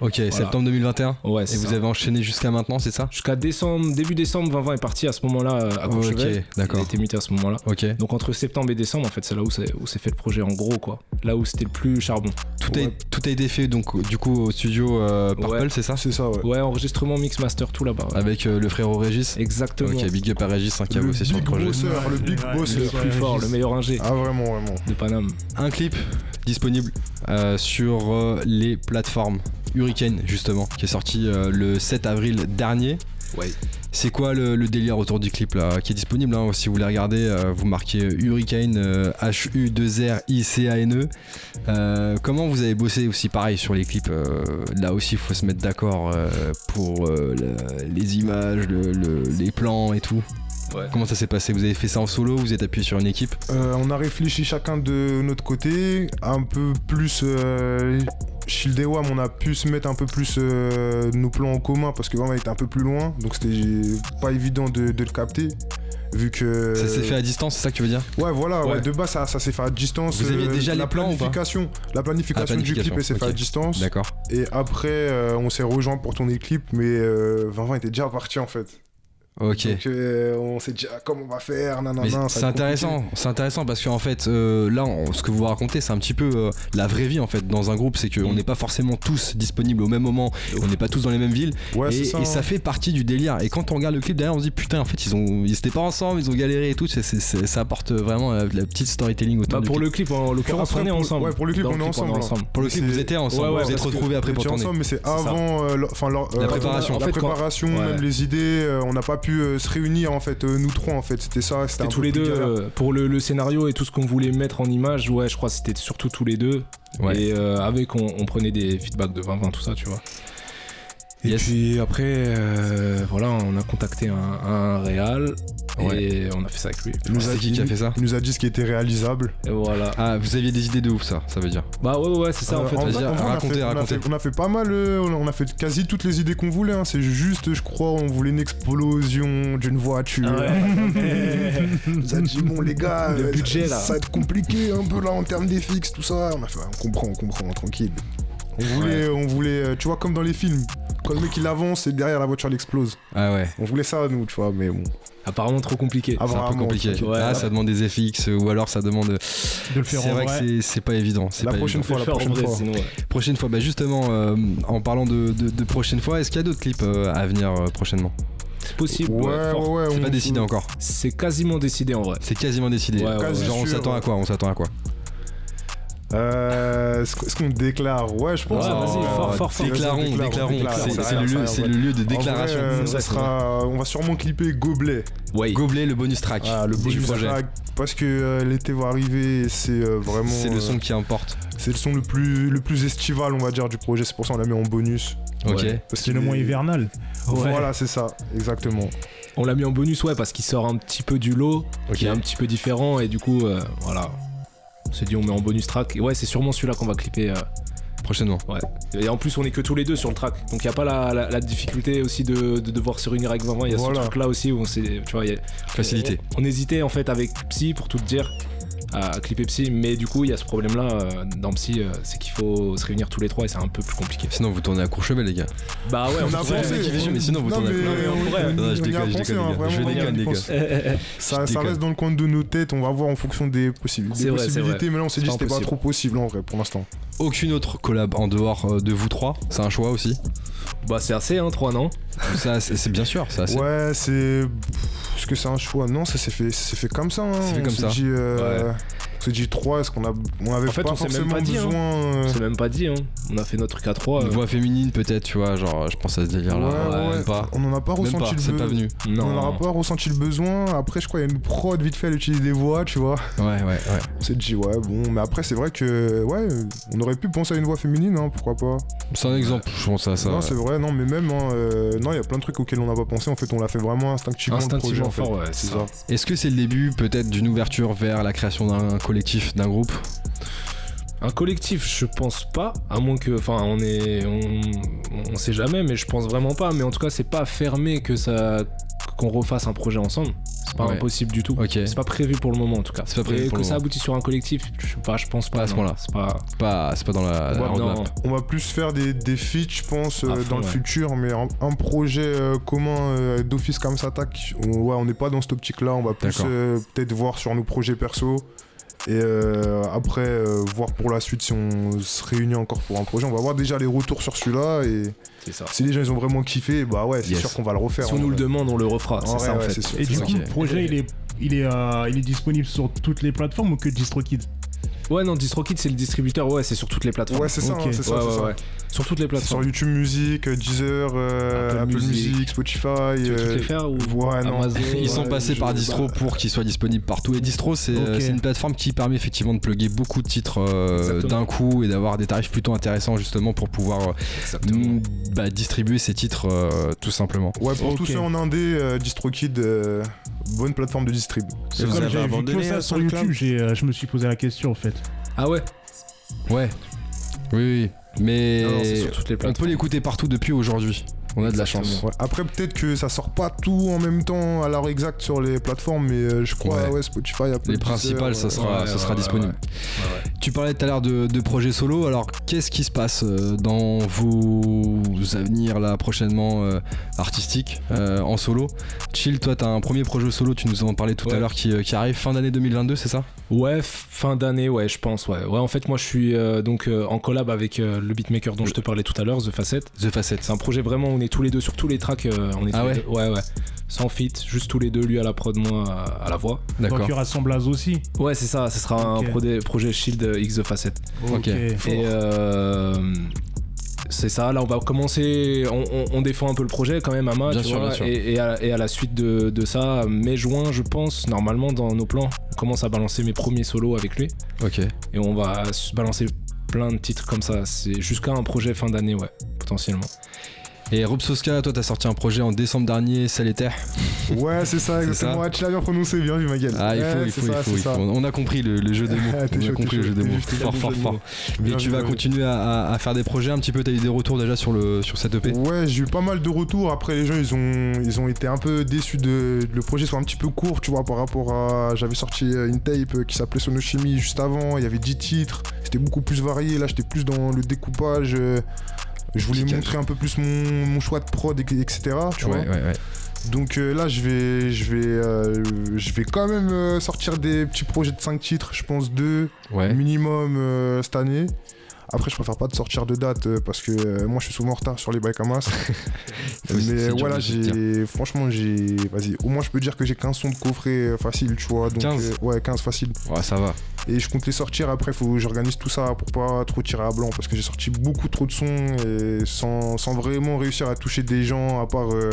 Ok, septembre 2021 Ouais, Et c'est vous ça. avez enchaîné jusqu'à maintenant, c'est ça jusqu'à décembre, début décembre, 2020 est parti à ce moment-là euh, à Ok, Courchevel. Il d'accord. a été muté à ce moment-là. Ok. Donc entre septembre et décembre, en fait, c'est là où c'est- où s'est fait le projet en gros quoi. Là où c'était le plus charbon. Tout, a, Ouais. tout a été fait donc du coup au studio euh, Purple, Ouais. c'est ça C'est ça, Ah ouais. Ouais, enregistrement, mix, master, tout là-bas. ouais. Avec euh, le frérot Régis Exactement. Ok, big up à Régis hein, qui a Le bossé sur le big projet. bosseur, le big Ouais, Le bosseur. plus fort, le meilleur ingé Ah, vraiment, vraiment. de Paname. Un clip disponible euh, sur euh, les plateformes Hurricane justement, qui est sorti euh, le 7 avril dernier. Ouais. C'est quoi le, le délire autour du clip là qui est disponible hein, Si vous voulez regarder, euh, vous marquez Hurricane euh, H U 2 R I C A N E. Euh, comment vous avez bossé aussi pareil sur les clips euh, Là aussi, il faut se mettre d'accord euh, pour euh, la- les images, le- le- les plans et tout. Ouais. Comment ça s'est passé Vous avez fait ça en solo Vous êtes appuyé sur une équipe Euh, on a réfléchi chacun de notre côté, un peu plus. Euh, Shieldewam, on a pu se mettre un peu plus euh, nos plans en commun parce que vraiment, il était un peu plus loin, donc c'était pas évident de, de le capter. Vu que. Euh, Ça s'est fait à distance, c'est ça que tu veux dire Ouais, voilà, ouais, Ouais. de base, ça, ça s'est fait à distance. euh, Vous aviez déjà la les plans ou pas planification, La Ah, planification du planification, clip, elle s'est fait ok. à distance. D'accord. Et après, euh, on s'est rejoint pour tourner le clip, mais euh, Vincent était déjà parti en fait. Ok. Donc euh, on s'est dit ah, comment on va faire, Mais nanana. ça c'est va être compliqué. intéressant, c'est intéressant parce qu'en fait, euh, là, on- ce que vous racontez, c'est un petit peu euh, la vraie vie en fait dans un groupe, c'est qu'on Mm. n'est pas forcément tous disponibles au même moment, on n'est pas tous dans les mêmes villes, Ouais, et, c'est ça. et ça hein. fait partie du délire. Et quand on regarde le clip derrière, on se dit putain, en fait, ils ont, ils étaient pas ensemble, ils ont galéré et tout. c'est- c'est- c'est- ça apporte vraiment euh, de la petite storytelling autour Bah, du pour clip. le clip, en l'occurrence, Après, on est pour- ensemble. ouais, pour le clip, Dans on est ensemble, on là. Pour le clip, c'est- vous étiez ensemble, Ouais, ouais, vous êtes parce que retrouvés après On pour était tourner. ensemble, mais c'est C'est ça. avant euh, le- enfin, leur- euh, La préparation. la En fait, quand- préparation, Ouais. même les idées. euh, on n'a pas pu euh, se réunir en fait, euh, nous trois en fait. C'était ça, c'était un C'était tous peu les plus deux galère. euh, pour le, le scénario et tout ce qu'on voulait mettre en image. Ouais, je crois que c'était surtout tous les deux. Ouais. Et euh, avec, on, on prenait des feedbacks de 20-20, tout ça, tu vois. Et Yes. puis après, euh, voilà, on a contacté un, un réal Ouais. et on a fait ça avec lui. Il nous a C'est qui dit- qui a fait ça Il nous a dit ce qui était réalisable. Et voilà. Ah, vous aviez des idées de ouf, ça, ça veut dire. Bah ouais, ouais, ouais, c'est ça en Euh, fait. vas-y, vrai, on a racontez, fait- on a racontez. fait- On a fait pas mal, euh, on a- on a fait quasi toutes les idées qu'on voulait. hein. C'est juste, je crois, on voulait une explosion d'une voiture. On nous a dit, bon, les gars, Le euh, budget, ça, là. ça va être compliqué un peu là en termes des fixes, tout ça. On a fait, on comprend, on comprend, tranquille. On voulait, on voulait, euh, tu vois, comme dans les films. Quand le mec il avance et derrière la voiture elle explose. Ah ouais, On voulait ça nous, tu vois, mais bon. Apparemment trop compliqué. Ah, c'est un peu vraiment, compliqué. ok. Ouais. ah, ça demande des FX euh, ou alors ça demande. de le C'est faire en vrai, vrai. que c'est- c'est pas évident. c'est La pas prochaine évident. Faut fois, le la prochaine faire en vrai, fois. sinon. ouais. Prochaine fois, bah justement, euh, en parlant de, de- de prochaine fois, est-ce qu'il y a d'autres clips euh, à venir euh, prochainement C'est possible. Ouais, ouais, ouais, fort. ouais. C'est on- pas décidé encore. C'est quasiment décidé en vrai. C'est quasiment décidé. Ouais, ouais, Quasi Genre, on sûr, s'attend à Mm. ouais. quoi On s'attend à quoi Euh, Est-ce qu- est-ce qu'on déclare Ouais, je pense. Ouais, hein. vas-y, Euh, fort, fort, fort. Déclarons, Déclarons, déclarons. déclarons, C'est- ça C'est le arrive, lieu, ça c'est le arrive, lieu de en déclaration. vrai, euh, C'est ça vrai, c'est vrai. sera, on va sûrement clipper gobelet. Ouais. Gobelet, le bonus track. Ah, le du bonus projet. track, Parce que euh, l'été va arriver et c'est euh, vraiment. C'est le son euh, qui importe. c'est le son le plus, le plus estival, on va dire, du projet. C'est pour ça qu'on l'a mis en bonus. Ok. Ouais. Parce C'est qu'il le est- moins hivernal. Ouais. Voilà, c'est ça, exactement. On l'a mis en bonus, ouais, parce qu'il sort un petit peu du lot, qui est un petit peu différent, et du coup, euh, voilà. On s'est dit, on met en bonus track. Et ouais, c'est sûrement celui-là qu'on va clipper. euh, Prochainement. ouais. Et en plus, on est que tous les deux sur le track. Donc, il n'y a pas la, la- la difficulté aussi de, de devoir se réunir avec 20-20. Il y a Voilà. ce truc-là aussi où on s'est. Tu vois, il y a- Facilité. On, on hésitait en fait avec Psy, pour tout te dire, à clipper Psy. Mais du coup, il y a ce problème-là euh, dans Psy, euh, c'est qu'il faut se réunir tous les trois et c'est un peu plus compliqué. Sinon, vous tournez à Courchevel, les gars. Bah ouais, On a pourrait- pensé. qui fait chier, mais sinon, vous Non, tournez à mais côté. on- Non, mais on- non, on je y a déconne, je pensé, déconne, hein, les gars. Je vraiment, on y a déconne, les pensé. Ça, Je ça déconne. reste dans le coin de nos têtes, on va voir en fonction des, possibles, C'est des vrai, c'est possibilités. Mais là, on s'est C'est dit pas c'était pas impossible. trop possible en vrai pour l'instant. Aucune autre collab en dehors euh, de vous trois. C'est un choix aussi. Bah c'est assez, hein, 3 non Ça, c'est c'est bien sûr. Ça, c'est- Ouais, c'est. pff, Est-ce que c'est un choix Non, ça s'est fait, ça s'est fait comme ça. hein. s'est fait on comme s'est ça. Dit, euh, On s'est dit 3, est-ce qu'on a... on avait En fait, pas on s'est même forcément pas dit, hein. besoin. euh, C'est même pas dit, hein. On a fait notre euh, truc à 3. Une voix féminine, peut-être, tu vois. Genre, je pense à ce délire-là. Ouais, ouais, Même pas. On en a pas Même pas. ressenti le C'est pas besoin. venu. Non, On n'aura pas ressenti le besoin. Après, je crois qu'il y a une prod vite fait, elle utilise des voix, tu vois. Ouais, ouais, ouais. On s'est dit, ouais, bon. Mais après, c'est vrai que, ouais, on aurait pu penser à une voix féminine, hein, pourquoi pas. C'est un exemple, je pense à ça. non, c'est vrai, non, mais même, hein, euh, non, il y a plein de trucs auxquels on n'a pas pensé. En fait, on l'a fait vraiment instinctivement. le projet, instinctivement en fait. fort, ouais, c'est ça. Est-ce que c'est le début, peut-être, d'une ouverture vers la création d'un collectif, d'un groupe Un collectif, je pense pas, à moins que, enfin, on est, on, on sait jamais, mais je pense vraiment pas. Mais en tout cas, c'est pas fermé que ça, qu'on refasse un projet ensemble. C'est pas Ouais. impossible du tout. Ok. C'est pas prévu pour le moment en tout cas. C'est pas prévu Et pour que le ça moment. aboutit sur un collectif, je sais pas, je pense pas. Pas à ce non. point-là. C'est pas. C'est pas, c'est pas dans la, la Ouais, roadmap. non. On va plus faire des, des feats, je pense, euh, À fond, dans le ouais. futur, mais un, un projet euh, commun euh, d'office comme ça, tac. On ouais, on n'est pas dans cette optique-là. On va plus D'accord. euh, peut-être voir sur nos projets perso. Et euh, après, euh, voir pour la suite si on se réunit encore pour un projet. On va voir déjà les retours sur celui-là. Et C'est ça. si les gens ils ont vraiment kiffé, bah ouais, c'est Yes. sûr qu'on va le refaire. Si on en nous le vrai. demande, on le refera. En C'est vrai, ça en ouais, fait. c'est sûr, Et c'est du sûr. coup, le projet, Et- il est, il, est, euh, il est disponible sur toutes les plateformes ou que DistroKid Ouais, non, DistroKid, c'est le distributeur. Ouais, c'est sur toutes les plateformes. Ouais, c'est ça, Ok. hein, c'est ça, Ouais, c'est ouais, ça. ouais. Sur toutes les C'est Sur plateformes. YouTube Music, euh, Deezer, euh, Apple Apple, Music. Music, Spotify. Tu veux toutes euh, les faire ou ouais, non. Amazon Ils sont Ouais, passés je- par Distro pour qu'ils soient disponibles partout. Et Distro, c'est euh, Ok. c'est une plateforme qui permet effectivement de plugger beaucoup de titres euh, Exactement. d'un coup et d'avoir des tarifs plutôt intéressants justement pour pouvoir euh, Exactement. mm, bah, distribuer ces titres euh, tout simplement. Ouais, pour Ok. tous ceux en indé, euh, DistroKid, euh, bonne plateforme de distrib. Parce que vous Comme avez j'avais vu que abandonné, ça euh, sur SoundCloud YouTube, j'ai, euh, je me suis posé la question en fait. Ah ouais Ouais. Oui, oui. Mais Non, non, c'est sur toutes les on plateformes. peut l'écouter partout depuis aujourd'hui. On a de la chance. Ouais, Après, peut-être que ça sort pas tout en même temps à l'heure exacte sur les plateformes, mais euh, je crois, Ouais. ouais, Spotify, Apple. Les Deezer, principales, ça ouais. sera, Ouais, ça ouais, sera ouais, disponible. ouais. Ouais, Tu parlais tout à l'heure de, de projet solo. Alors, qu'est-ce qui se passe euh, dans vos avenirs là prochainement euh, artistiques euh, en solo Chill, toi, t'as un premier projet solo. Tu nous en parlais tout à Ouais. l'heure qui, euh, qui arrive fin d'année 2022, c'est ça Ouais, f- fin d'année, ouais, je pense, ouais. Ouais, en fait, moi, je suis euh, donc euh, en collab avec euh, le beatmaker dont je te parlais tout à l'heure, The Facet. The Facet. C'est un projet vraiment, on est tous les deux sur tous les tracks. euh, on est tous Ah les ouais deux- ouais, ouais. Sans feat, juste tous les deux, lui à la prod, moi à, à la voix. Donc D'accord. il y aura Samblaz aussi. Ouais, c'est ça, ce sera Ok. un prodé- projet Shield euh, X The Facet. Ok. Fort. Et euh, c'est ça, là on va commencer, on, on- on défend un peu le projet quand même, Ama, Bien tu sûr, vois, bien sûr. Et, et à, et à la suite de, de ça, mai-juin je pense, normalement dans nos plans, on commence à balancer mes premiers solos avec lui, Ok. et on va s- balancer plein de titres comme ça, c'est jusqu'à un projet fin d'année, ouais, potentiellement. Et Robsoska, toi, t'as sorti un projet en décembre dernier, ça l'était Ouais, c'est ça, exactement. Ouais, tu l'as bien prononcé, bien vu, ma gueule. Ah, il faut, Ouais, il c'est faut, il ça, faut, c'est il ça. faut. On a compris le, le jeu des mots. Ah, t'es On a chaud, compris t'es le jeu chaud, des t'es mots. juste Fort, bien fort, joué, fort. bien Et Bien tu vu, vas bien vu. continuer à, à- à faire des projets un petit peu. T'as eu des retours déjà sur, le, sur cette E EP Ouais, j'ai eu pas mal de retours. Après, les gens, ils ont, ils ont été un peu déçus de, de le projet soit un petit peu court, tu vois, par rapport à. J'avais sorti euh, une tape euh, qui s'appelait Sonochimie juste avant. Il y avait 10 titres. C'était beaucoup plus varié. Là, j'étais plus dans le découpage. euh, Je voulais Efficace. montrer un peu plus mon, mon choix de prod, et- etc. Tu vois. ouais, ouais, ouais. Donc euh, là, je vais, je vais, euh, je vais quand même euh, sortir des petits projets de 5 titres. Je pense deux Ouais. minimum euh, cette année. Après, je préfère pas te sortir de date euh, parce que euh, moi, je suis souvent en retard sur les bacs à masse. Faut- c'est Mais dur de voilà, se dire. j'ai. Franchement, j'ai. Vas-y, au moins, je peux dire que j'ai 15 sons de coffret euh, facile, tu vois. Donc, 15. euh, ouais, 15 facile. Ouais, ça va. Et je compte les sortir. Après, faut que j'organise tout ça pour pas trop tirer à blanc parce que j'ai sorti beaucoup trop de sons et sans, sans vraiment réussir à toucher des gens à part euh,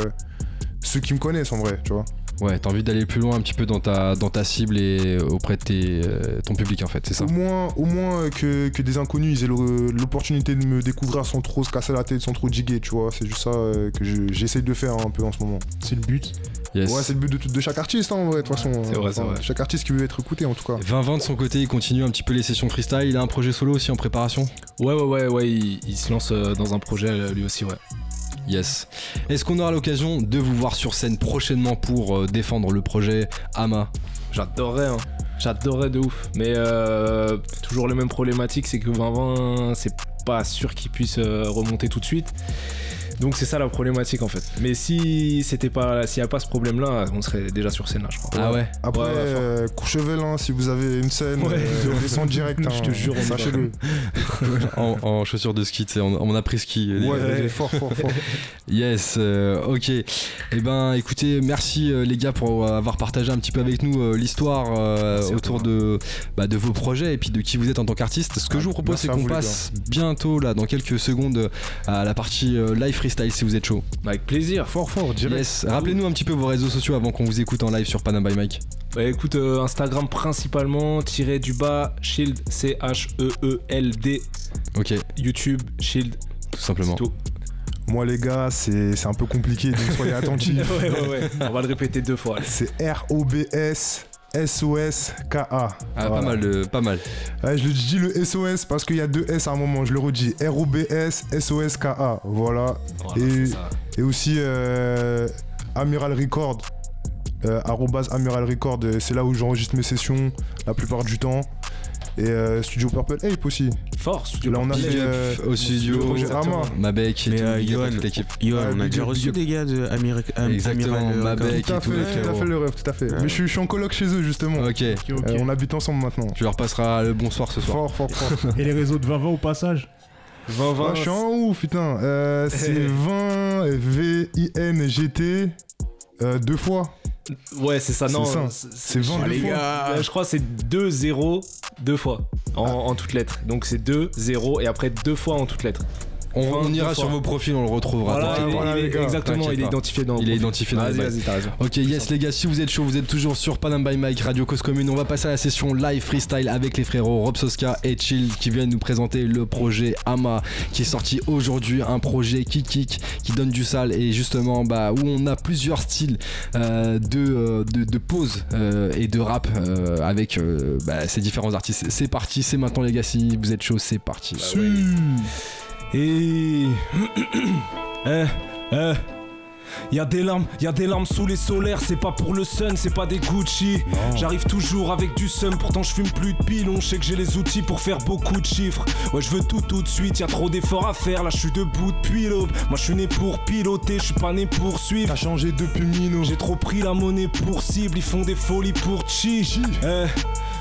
ceux qui me connaissent en vrai, tu vois. Ouais, t'as envie d'aller plus loin un petit peu dans ta, dans ta cible et auprès de tes, euh, ton public en fait, c'est ça Au moins, au moins euh, que, que des inconnus ils aient le- l'opportunité de me découvrir sans trop se casser la tête, sans trop diguer, tu vois. C'est juste ça euh, que je- j'essaie de faire un peu en ce moment. C'est le but. Yes. Ouais, c'est le but de, tout- de chaque artiste hein, en vrai, de toute façon. c'est vrai, c'est vrai. Chaque artiste qui veut être écouté en tout cas. 20-20 de son côté, il continue un petit peu les sessions freestyle. Il a un projet solo aussi en préparation Ouais, ouais, ouais, ouais, il, il se lance euh, dans un projet euh, lui aussi, ouais. Yes. Est-ce qu'on aura l'occasion de vous voir sur scène prochainement pour euh, défendre le projet AMA J'adorerais, hein. J'adorerais de ouf. Mais euh, toujours les mêmes problématiques, c'est que 20-20, c'est pas sûr qu'il puisse euh, remonter tout de suite. Donc c'est ça la problématique en fait. Mais si c'était pas, s'il y a pas ce problème-là, on serait déjà sur scène là, je crois. Ah ouais Après, Ouais, ouais, fort. euh, Courchevel, hein, si vous avez une scène, Ouais, euh, descend direct. Je hein, te jure, on est Sachez-le. en, en chaussures de ski, tu sais, on, on a pris ski. Ouais, ouais, fort, fort, fort. Yes, euh, ok. Eh ben, écoutez, merci euh, les gars pour avoir partagé un petit peu avec nous euh, l'histoire euh, Merci à autour toi. de, bah, de vos projets et puis de qui vous êtes en tant qu'artiste. Ce que je vous propose, Ah, merci c'est à qu'on vous, les passe bientôt, là, dans quelques secondes, à la partie euh, live freestyle si vous êtes chaud. Avec plaisir. Fort, fort, direct. Yes, rappelez-nous un petit peu vos réseaux sociaux avant qu'on vous écoute en live sur Panam by Mike. Bah écoute, euh, Instagram principalement, tiré du bas, Shield, E C-H-E-E-L-D, Ok, YouTube, Shield, tout c'est simplement. tout. euh, Moi, les gars, c'est c'est un peu compliqué, donc soyez attentifs. ouais, ouais, ouais. On va le répéter deux fois. C'est R-O-B-S. S-O-S-K-A. Ah, Voilà. pas mal, euh, pas mal. Ouais, Eh, je le dis le SOS parce qu'il y a deux S à un moment, je le redis. R-O-B-S, S-O-S-K-A. Voilà. Voilà, Et- c'est ça. Et aussi euh, Amiral Record. Euh, arrobase Amiral Record, euh, c'est là où j'enregistre mes sessions la plupart du temps. Et euh, Studio Purple Ape aussi. Force. Là, on a Big fait up euh, au studio. le projet Rama. Mabec et Mais tout, euh, big up à Johan, toute l'équipe. Johan, Ouais, Ah, on a big déjà up, big reçu up. des gars de Amérique. Exactement, Mabec. Tout à et tout, fait, les tout à frérots. fait le rêve, tout à fait. Ouais. Mais je suis, je suis en coloc chez eux justement. Ok, Ok, ok. Euh, on habite ensemble maintenant. tu leur passeras le bonsoir ce soir. Fort, fort, fort. Et les réseaux de 20 au passage 20, Ouais, je suis en ouf, putain. Euh, c'est 20 V-I-N-G-T euh, deux fois. Ouais, c'est ça, C'est Ah non. ça. C'est 20 les deux fois. gars. Je crois que c'est 2-0 deux fois en, en toutes lettres. Donc c'est 2-0 et après deux fois en toutes lettres. On, on Vingt-deux ira fois. sur vos profils, on le retrouvera. Voilà, t'inquiète il est- pas. il est- les gars. exactement, T'inquiète il est pas. identifié dans. Il est identifié dans les Vas-y, bails. vas-y, t'as raison. Ok, yes les gars, si vous êtes chaud, vous êtes toujours sur Panam by Mike, Radio Cause Commune. On va passer à la session live freestyle avec les frérots Rob Soska et Chill qui viennent nous présenter le projet Ama qui est sorti aujourd'hui. Un projet qui kick, qui donne du sale et justement bah, où on a plusieurs styles euh, de, euh, de, de pause euh, et de rap euh, avec euh, bah, ces différents artistes. C'est parti, c'est maintenant les gars, si vous êtes chaud, c'est parti. Et. eh, eh. Y a des larmes, y a des larmes sous les solaires, c'est pas pour le sun, c'est pas des Gucci. J'arrive toujours avec du sun, pourtant je fume plus de pilon, je sais que j'ai les outils pour faire beaucoup de chiffres. Ouais, je veux tout tout de suite, y a trop d'efforts à faire, là je suis debout depuis l'aube. Moi je suis né pour piloter, je suis pas né pour suivre. T'as changé depuis Mino. J'ai trop pris la monnaie pour cible, ils font des folies pour chi. Eh,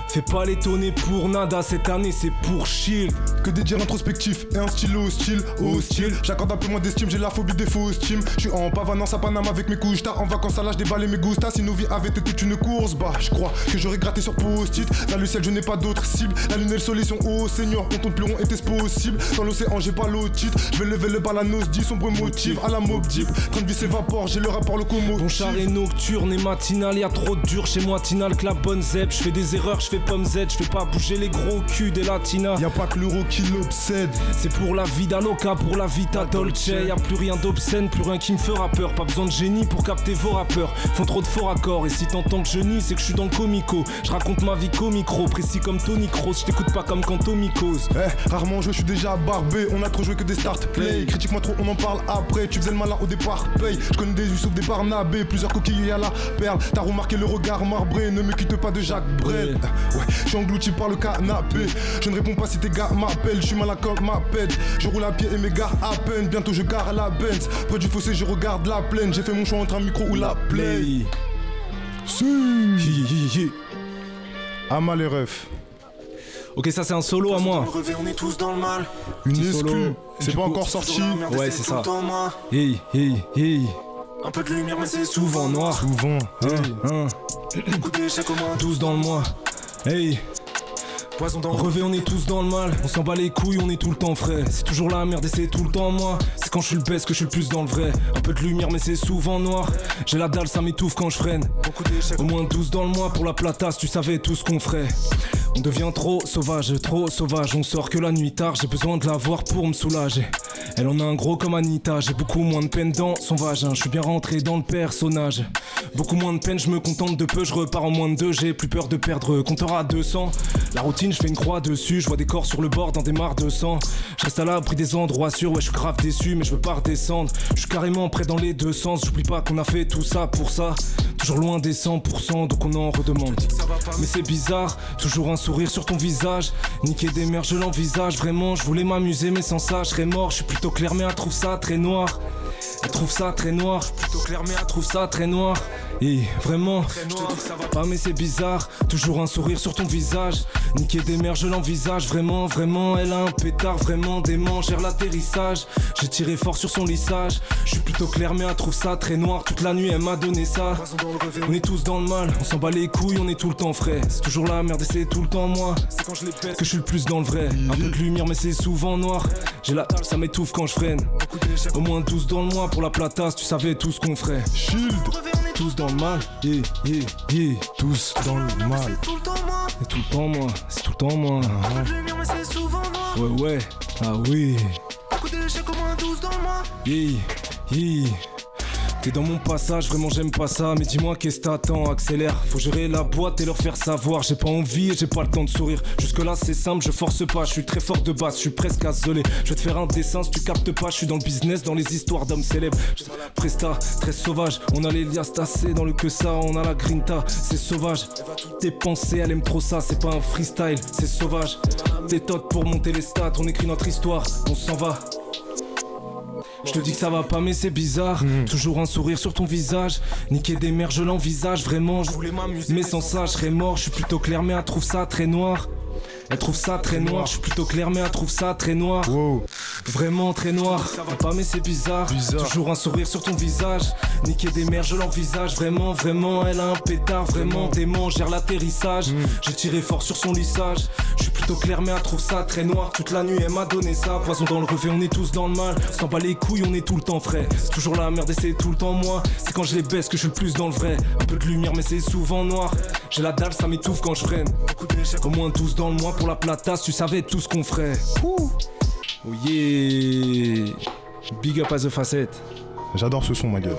fais pas l'étonner pour nada, cette année c'est pour shield. Que des dires introspectifs et un stylo hostile, hostile. J'accorde un peu moins d'estime, j'ai la phobie des faux teams. Je suis en pavanance à Panama avec mes couches tard. En vacances à l'âge des balles et mes gustas. Si nos vies avaient été une course, bah je crois que j'aurais gratté sur post-it. Là le ciel, je n'ai pas d'autre cible. La lune et le soleil sont hauts, Seigneur. On tombe plus rond, était-ce possible Dans l'océan, j'ai pas l'autre titre. Je vais lever le bal à nos dix, sombre motif à la mob deep. Train de vie s'évapore, j'ai le rapport locomotive. Mon char est nocturne et matinal, y a trop de dur chez moi, Tinal que la bonne zep. Je fais des erreurs, je fais pomme Z, je fais pas bouger les gros culs des latinas. Y'a pas que l'euro qui l'obsède. C'est pour la vie d'Aloca, pour la vita dolce. Y'a plus rien d'obscène, plus rien qui me fera peur. Pas besoin de génie pour capter vos rappeurs. Font trop de faux raccords. Et si t'entends que je nie, c'est que je suis dans le comico. Je raconte ma vie qu'au micro, précis comme Tony Cross. Je t'écoute pas comme quand Tomicos. Eh, rarement joué, je suis déjà barbé. On a trop joué que des start play. Critique-moi trop, on en parle après. Tu faisais le malin au départ, paye. Je connais des Youssouf, des Barnabé, plusieurs coquilles à la perle. T'as remarqué le regard marbré, ne me quitte pas de Jacques Brel. Ouais, je suis englouti par le canapé. Je ne réponds pas si tes gars m'appellent, je suis malin comme ma pète. Je roule à pied et mes gars à peine. Bientôt je gare à la Benz. Près du fossé, je regarde la plaine. J'ai fait mon choix entre un micro ou la play. Play. Hi, hi, hi. Amal les refs. Ok, ça c'est un solo à moi. On est tous dans le mal. Une Petit exclue. solo. C'est pas encore sorti. Ouais, c'est ça. tout le temps moi. Hey, hey, hey. Un peu de lumière, mais c'est Souvent noir. Souvent. Hein. Beaucoup d'échecs au moins. 12 dans le mois. Hey. Poison dans En le revêt, on est tous dans le mal. On s'en bat les couilles, on est tout le temps frais. C'est toujours la merde et c'est tout le temps moi. C'est quand je suis le best que je suis le plus dans le vrai. Un peu de lumière, mais c'est souvent noir. J'ai la dalle, ça m'étouffe quand je freine. beaucoup d'échecs. Au moins 12 dans le mois pour la platasse, tu savais tout ce qu'on ferait. On devient trop sauvage, trop sauvage. On sort que la nuit tard, j'ai besoin de la voir pour me soulager. Elle en a un gros comme Anita, j'ai beaucoup moins de peine dans son vagin. Je suis bien rentré dans le personnage. Beaucoup moins de peine, je me contente de peu, je repars en moins de deux, j'ai plus peur de perdre. Compteur à 200, la routine, je fais une croix dessus. Je vois des corps sur le bord dans des mares de sang. Je reste à l'abri des endroits sûrs, ouais, je suis grave déçu, mais je veux pas redescendre. Je suis carrément prêt dans les deux sens, j'oublie pas qu'on a fait tout ça pour ça. Toujours loin des 100%, donc on en redemande. Mais c'est bizarre, toujours un sourire sur ton visage. Niquer des mères, je l'envisage. Vraiment, je voulais m'amuser, mais sans ça, je serais mort. Je suis plutôt clair, mais elle trouve ça très noir. Elle trouve ça très noir. Plutôt clair, mais elle trouve ça très noir. Et vraiment, je te dis que ça va pas, mais c'est bizarre. Toujours un sourire sur ton visage. Niquer des mères, je l'envisage. Vraiment, vraiment, elle a un pétard. Vraiment, dément, gère l'atterrissage. J'ai tiré fort sur son lissage. Je suis plutôt clair, mais elle trouve ça très noir. Toute la nuit, elle m'a donné ça. Poison dans le revêt. On est tous dans le mal, on s'en bat les couilles, on est tout le temps frais. C'est toujours la merde et c'est tout le temps moi. C'est quand je les pète. Que je suis le plus dans le vrai. Un peu de lumière, mais c'est souvent noir. J'ai la dalle, ça m'étouffe quand je freine. Beaucoup d'échecs. Au moins 12 dans le mois pour la platasse, tu savais tout ce qu'on ferait. Shield. Tous dans le mal, yeah, yeah, yeah. Tous dans le mal. Tout le temps moi. C'est tout le temps moi, c'est tout le temps moi. Un peu de lumière, mais c'est souvent noir. Ouais, ouais, ah oui. Beaucoup d'échecs, au moins 12 dans le mois. Hi, hi. T'es dans mon passage, vraiment j'aime pas ça. Mais dis-moi qu'est-ce t'attends, accélère. Faut gérer la boîte et leur faire savoir. J'ai pas envie et j'ai pas le temps de sourire. Jusque-là c'est simple, je force pas. Je suis très fort de base, je suis presque isolé. Je vais te faire un dessin si tu captes pas. Je suis dans le business, dans les histoires d'hommes célèbres. Je- Presta, très sauvage. On a les liasses tassées dans le que ça. On a la grinta, c'est sauvage. Tes pensées, elle aime trop ça. C'est pas un freestyle, c'est sauvage. Des totes pour monter les stats. On écrit notre histoire, on s'en va. Je te dis que ça va pas mais c'est bizarre Toujours un sourire sur ton visage Niquer des mères je l'envisage vraiment Je voulais m'amuser Mais sans ça je serais mort Je suis plutôt clair mais elle trouve ça très noir Elle trouve ça très noir Je suis plutôt clair mais elle trouve ça très noir Wow. Vraiment très noir Ça va pas mais c'est bizarre. Toujours un sourire sur ton visage Niquer des mères je l'envisage Vraiment vraiment elle a un pétard Vraiment Hmm. dément gère l'atterrissage J'ai tiré fort sur son lissage Je suis plutôt clair mais elle trouve ça très noir Toute la nuit elle m'a donné ça Poison dans le revêt on est tous dans le mal Sans bat les couilles on est tout le temps frais C'est toujours la merde et c'est tout le temps moi C'est quand je les baisse que je suis le plus dans le vrai Un peu de lumière mais c'est souvent noir J'ai la dalle ça m'étouffe quand je freine Beaucoup d'échecs. au moins 12 dans le mois pour la platasse, tu savais tout ce qu'on ferait. Ouh. Oh yeah Big up à The Facette. J'adore ce son, ma gueule.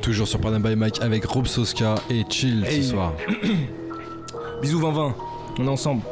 Toujours sur Panam by Mike avec Rob Soska et Chill Hey. ce soir. Bisous 20-20, on est ensemble.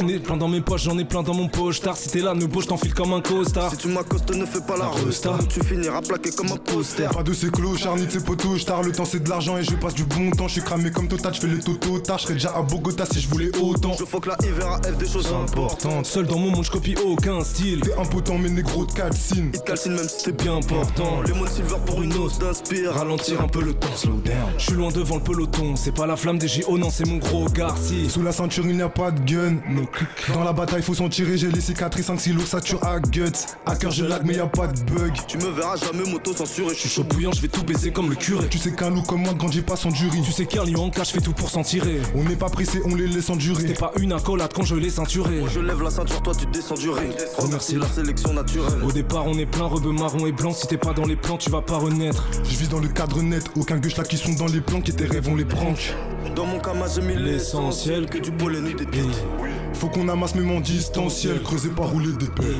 J'en ai plein dans mes poches, j'en ai plein dans mon poche. Tard, si t'es là, ne bouge, t'enfile comme un costard. Si tu m'accostes, ne fais pas la resta. resta. Tu finiras plaqué comme un poster. Pas de ces clos, charni de ces poteaux, j'tarre le temps c'est de l'argent et je passe du bon temps, je suis cramé comme Total, je fais le toto, tard, je serais déjà à Bogota si je voulais autant. Je faut que la Ivera F des choses importantes. Seul dans mon monde, je copie aucun style. T'es impotent mais négro de calcine. Il te calcine même si t'es Bien bien. important, Lemon Silver pour une hausse d'inspire. ralentir un peu le temps. Slow down. Je suis loin devant le peloton, c'est pas la flamme des JO, non, c'est mon gros garci. Sous la ceinture il n'y a pas de gun, No Dans la bataille, faut s'en tirer, j'ai les cicatrices, 5 silos, ça tue à guts. À cœur, je lag, mais y a pas de bug. Tu me verras jamais m'auto-censurer, je Je suis suis chaud bouillant, je vais tout baiser comme le curé. Tu sais qu'un loup comme moi ne grandit pas sans jury. Tu sais qu'un lion en cache fait tout pour s'en tirer. On n'est pas pressé, on les laisse endurer. T'es pas une accolade quand je l'ai ceinturé. Je lève la ceinture, toi tu descends du ring. Remercie la sélection naturelle. Au départ, on est plein, rebeu marron et blanc. Si t'es pas dans les plans, tu vas pas renaître. Je vis dans le cadre net, aucun gueule là qui sont dans les plans, qui tes rêves on les branque. Dans mon cas, j'ai mis l'essentiel que du pollen et des pics. Faut qu'on amasse même en distanciel, creuser pas rouler des pelles.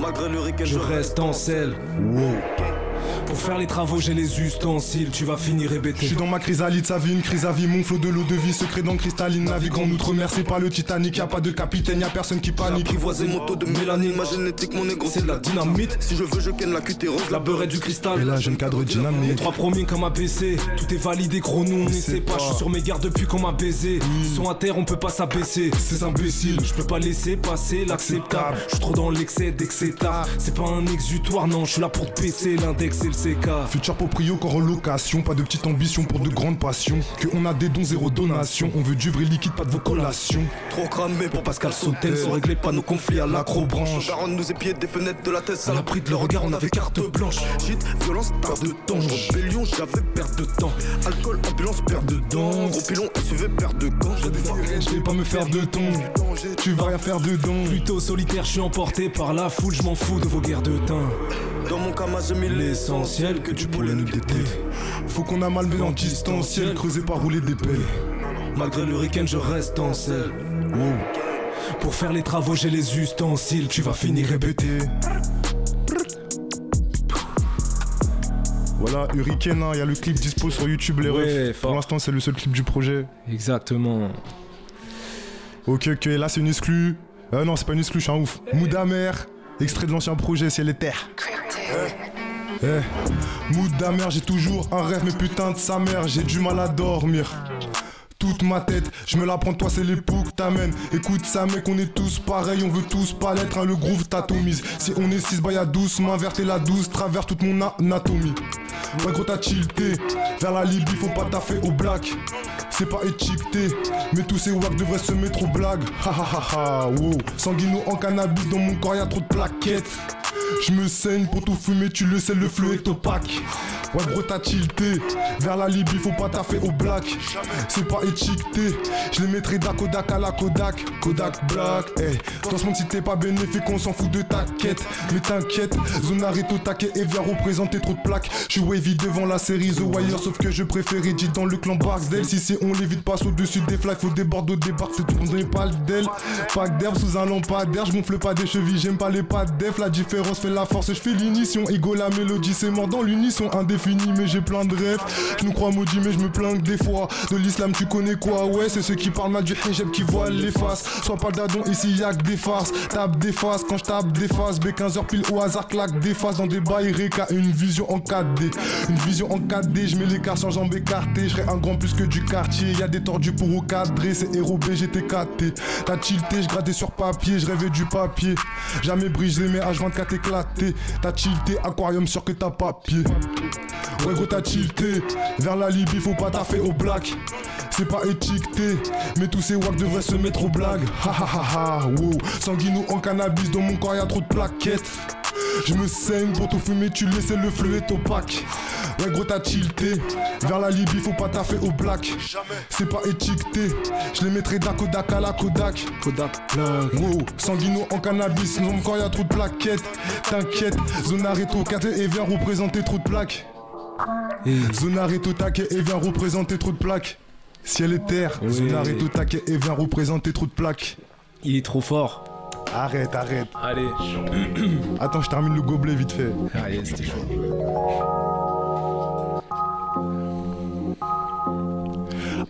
Malgré le ric, Je reste en selle. Pour faire les travaux, j'ai les ustensiles. Tu vas finir Je hébété. suis dans ma chrysalide, sa vie une crise à vie, mon flot de l'eau de vie, secret dans le cristalline, navigue en outre-mer, c'est pas le Titanic, y a pas de capitaine, y a personne qui panique. Apprivoiser mon taux de mélanine, ma génétique, mon négro, C'est de la dynamite. Si je veux, je ken la cutérose, la La beurre est du Et cristal. là j'ai le cadre Les dynamique, trois premiers comme ABC, tout est validé gros nous on n'essaie pas, je suis sur mes gardes depuis qu'on m'a baisé Hmm. Ils sont à terre on peut pas s'abaisser Ces imbéciles Je peux pas laisser passer l'acceptable Je suis trop dans l'excès dès que c'est tard C'est pas un exutoire non je suis là pour te baisser l'index et le CK futur proprio corps en location, pas de petite ambition pour de grandes passions, que on a des dons zéro donation, on veut du vrai liquide, pas de vos collations. trop cramée pour Pascal Sautel. Sautel Sans sans régler régler pas nos conflits à l'acrobranche. l'acrobranche. Baron nous épiait des fenêtres de la tête, à la prix de leur regard on avait carte blanche Shit, violence, perte de temps. Rébellion, j'avais perte de temps. Alcool, ambulance, perte de dents. Gros pilon, SUV, perte de gants. J'ai des Arrête, Je vais pas me faire de ton, tu vas rien faire dedans. Plutôt solitaire je suis emporté par la foule Je m'en fous de vos guerres de teint Dans mon cas, j'ai mis l'essentiel que du poulet nous déteste. Faut qu'on a mal mais en distanciel, creuser pas rouler des pelles. Malgré le week-end je reste en selle Pour faire les travaux j'ai les ustensiles Tu vas finir hébété Voilà, Hurricane, il y a le clip dispo sur YouTube, les refs. Ouais, fort. Pour l'instant, c'est le seul clip du projet. Exactement Ok, ok, là, c'est une exclue. Euh, non, c'est pas une exclue, je suis un ouf. Moudamer, extrait de l'ancien projet, Ciel et Terre. Eh, mood d'amer, j'ai toujours un rêve, mais putain de sa mère, j'ai du mal à dormir. Toute ma tête, je me la prends, toi c'est l'époque t'amènes. Écoute ça mec, on est tous pareils, on veut tous pas l'être, hein, le groove t'atomise. Si on est 6, bah y'a 12, main verte et la 12, travers toute mon anatomie. Ouais gros t'as tilté, vers la Libye faut pas taffer au black. C'est pas étiqueté, mais tous ces wack devraient se mettre aux blagues. Ha ha ha ha, wow. Sanguino en cannabis, dans mon corps y'a trop de plaquettes. Je me saigne pour tout fumer, tu le sais, le fleu est opaque. Ouais, gros, t'as tilté. Vers la Libye, faut pas taffer au black. C'est pas étiqueté. Je les mettrai d'à Kodak à la Kodak. Kodak Black, hey. Dans ce monde, si t'es pas bénéfique, on s'en fout de ta quête. Mais t'inquiète, zone arrête au taquet et viens représenter trop de plaques. Je suis wavy devant la série The Wire, sauf que je préférais dit dans le clan Barksdale. Si c'est on l'évite, passe au-dessus des fly, faut des bordeaux, des barques, c'est tout, on n'est pas le d'elle. Pack d'herbe sous un lampadaire, je gonfle pas des chevilles, j'aime pas les pas def. La différence fait la force, je fais l'inition. Ego, la mélodie, c'est mort dans l'unisson indéfini, mais j'ai plein de rêves. Je nous crois maudits, mais je me plains que des fois. De l'islam, tu connais quoi Ouais, c'est ceux qui parlent mal du hijab qui voient les faces. Sois pas le dadon, ici y'a que des farces. Tape des faces, quand je tape des faces. B15h pile au hasard, claque des faces dans des bails réca. Une vision en 4D, une vision en 4D. Je mets les cartes sans jambes écartées. Je serai un grand plus que du quartier. Y'a des tordus pour recadrer, c'est héros BGT KT. T'as tilté, je grattais sur papier, je rêvais du papier. Jamais brise les mets H24 éclaté. T'as tilté, aquarium sûr que t'as papier. Ouais gros t'as tilté Vers la Libye faut pas taffer au black C'est pas étiqueté Mais tous ces wack devraient se mettre aux blagues Ha ha ha ha wow. Sanguino en cannabis dans mon corps y a trop de plaquettes Je me saigne pour tout fumer tu laisses le fleu est opaque Ouais gros t'as tilté Vers la Libye faut pas taffer au black C'est pas étiqueté Je les mettrai d'à Kodak à la Kodak Kodak Wow, sanguino en cannabis, non encore y a trop de plaquettes. T'inquiète, zone arrêt au quartier et viens représenter trop de plaques. Zone arrêt au taquet et viens représenter trop de plaques. Ciel et terre, Oui. zone arrêt au taquet et viens représenter trop de plaques. Il est trop fort Arrête, arrête. Allez Attends, je termine le gobelet vite fait. Ah yes, c'était chaud.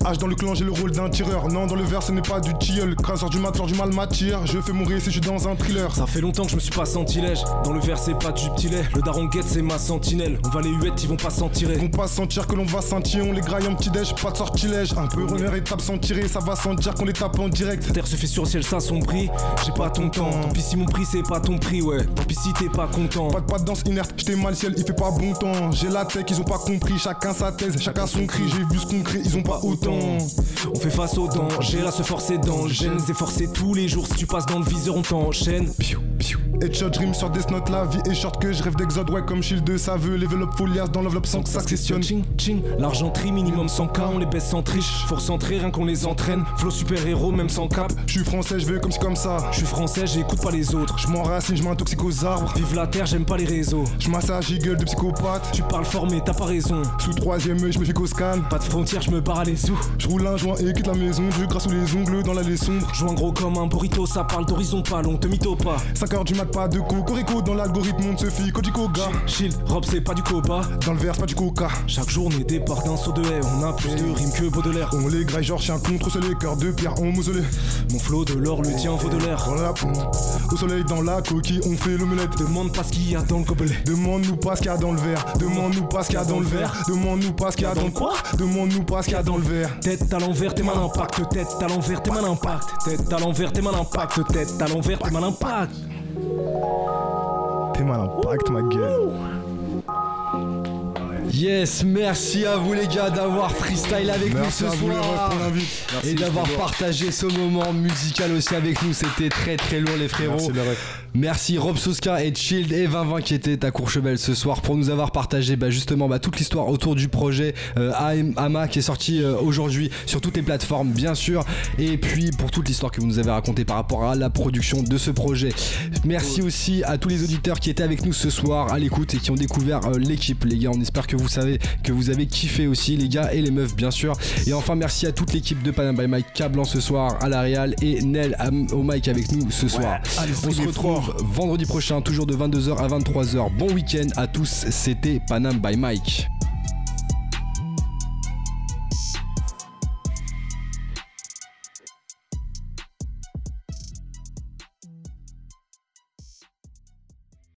H dans le clan, j'ai le rôle d'un tireur. Non, dans le verre, ce n'est pas du tilleul. Crasseur du mat, fleur du mal m'attire. Je fais mon récit, je suis dans un thriller. Ça fait longtemps que je me suis pas sentilège. Dans le verre, c'est pas du petit lait. Le daron guette, c'est ma sentinelle. On va les huettes, ils vont pas s'en tirer. On pas sentir que l'on va sentir, on les graille en petit déj, pas de sortilège. Un peu runner et tape sans tirer, ça va sans dire qu'on les tape en direct. Terre se fait sur le ciel, ça sombrit. J'ai pas ton temps. Tant pis si mon prix, c'est pas ton prix, ouais. Tant pis si t'es pas content. Pas de pas de danse inerte, j'étais mal ciel, il fait pas bon temps. J'ai la tech, ils ont pas compris, chacun sa thèse, chacun son cri. J'ai vu ce qu'on crée, ils ont pas autant. on, on fait face au danger, à se forcer dans le gène, les efforcer tous les jours. Si tu passes dans le viseur, on t'enchaîne. Piou, piou. Headshot, rime sur des notes, la vie est short que je rêve d'exode, ouais, comme shield de ça veut, level up full liasse dans l'enveloppe sans que ça questionne. Ching, ching, l'argenterie minimum 100k, on les baisse sans triche. Force centrée, rien qu'on les entraîne. Flow super héros, même sans cap. Je suis français, je veux comme ci, comme ça. Je suis français, j'écoute pas les autres. Je m'enracine, je m'intoxique aux arbres. Vive la terre, j'aime pas les réseaux. Je massage, gueule de psychopathe. Tu parles fort, mais t'as pas raison. Sous troisième œil, je me fais qu'au scan. Pas de frontières, je me barre à les sous. Je roule un joint et quitte la maison, je grâce sous les ongles dans l'allée sombre. Joint gros comme un burrito, ça parle d'horizon pas long, te mytho pas. 5 heures du mat, pas de cocorico dans l'algorithme, on se fie Kojiko gars. Chill, robe c'est pas du copa. Dans le verre, c'est pas du coca. Chaque journée départ d'un saut de haie, on a plus de rimes que Baudelaire. On les graille, genre chien contre soleil, cœur de pierre, on mausolée. Mon flow de l'or, le tien vaut de l'air. Dans la poule, au soleil, dans la coquille, on fait l'omelette. Demande pas ce qu'il y a dans le gobelet. Demande-nous pas ce qu'il y a dans le verre. Demande-nous pas ce qu'il y a dans le verre. Demande-nous pas ce qu'il y a dans le quoi Demande-nous pas ce qu'il y a dans le verre. Tête à l'envers, t'es mal impact. Tête à l'envers, t'es mal impact. Tête à l'envers, t'es mal impact. Tête à l'envers, t'es mal impact. T'es mal impact, ma gueule. Yes, merci à vous les gars d'avoir freestyle avec Merci nous à ce vous les refs soir pour l'invite. et d'avoir partagé ce moment musical aussi avec nous. C'était très très lourd les frérots. Merci les refs. Merci Rob Souska et Child et 2020 qui étaient à Courchevel ce soir pour nous avoir partagé bah, justement bah, toute l'histoire autour du projet euh, AM AMA qui est sorti euh, aujourd'hui sur toutes les plateformes bien sûr et puis pour toute l'histoire que vous nous avez racontée par rapport à la production de ce projet. Merci aussi à tous les auditeurs qui étaient avec nous ce soir à l'écoute et qui ont découvert euh, l'équipe les gars. On espère que vous savez que vous avez kiffé aussi les gars et les meufs bien sûr. Et enfin merci à toute l'équipe de Panam by Mike Cablan ce soir à la Real et Nel am- au Mike avec nous ce soir. On se retrouve vendredi prochain, toujours de 22h à 23h. Bon week-end à tous, c'était Panam by Mike.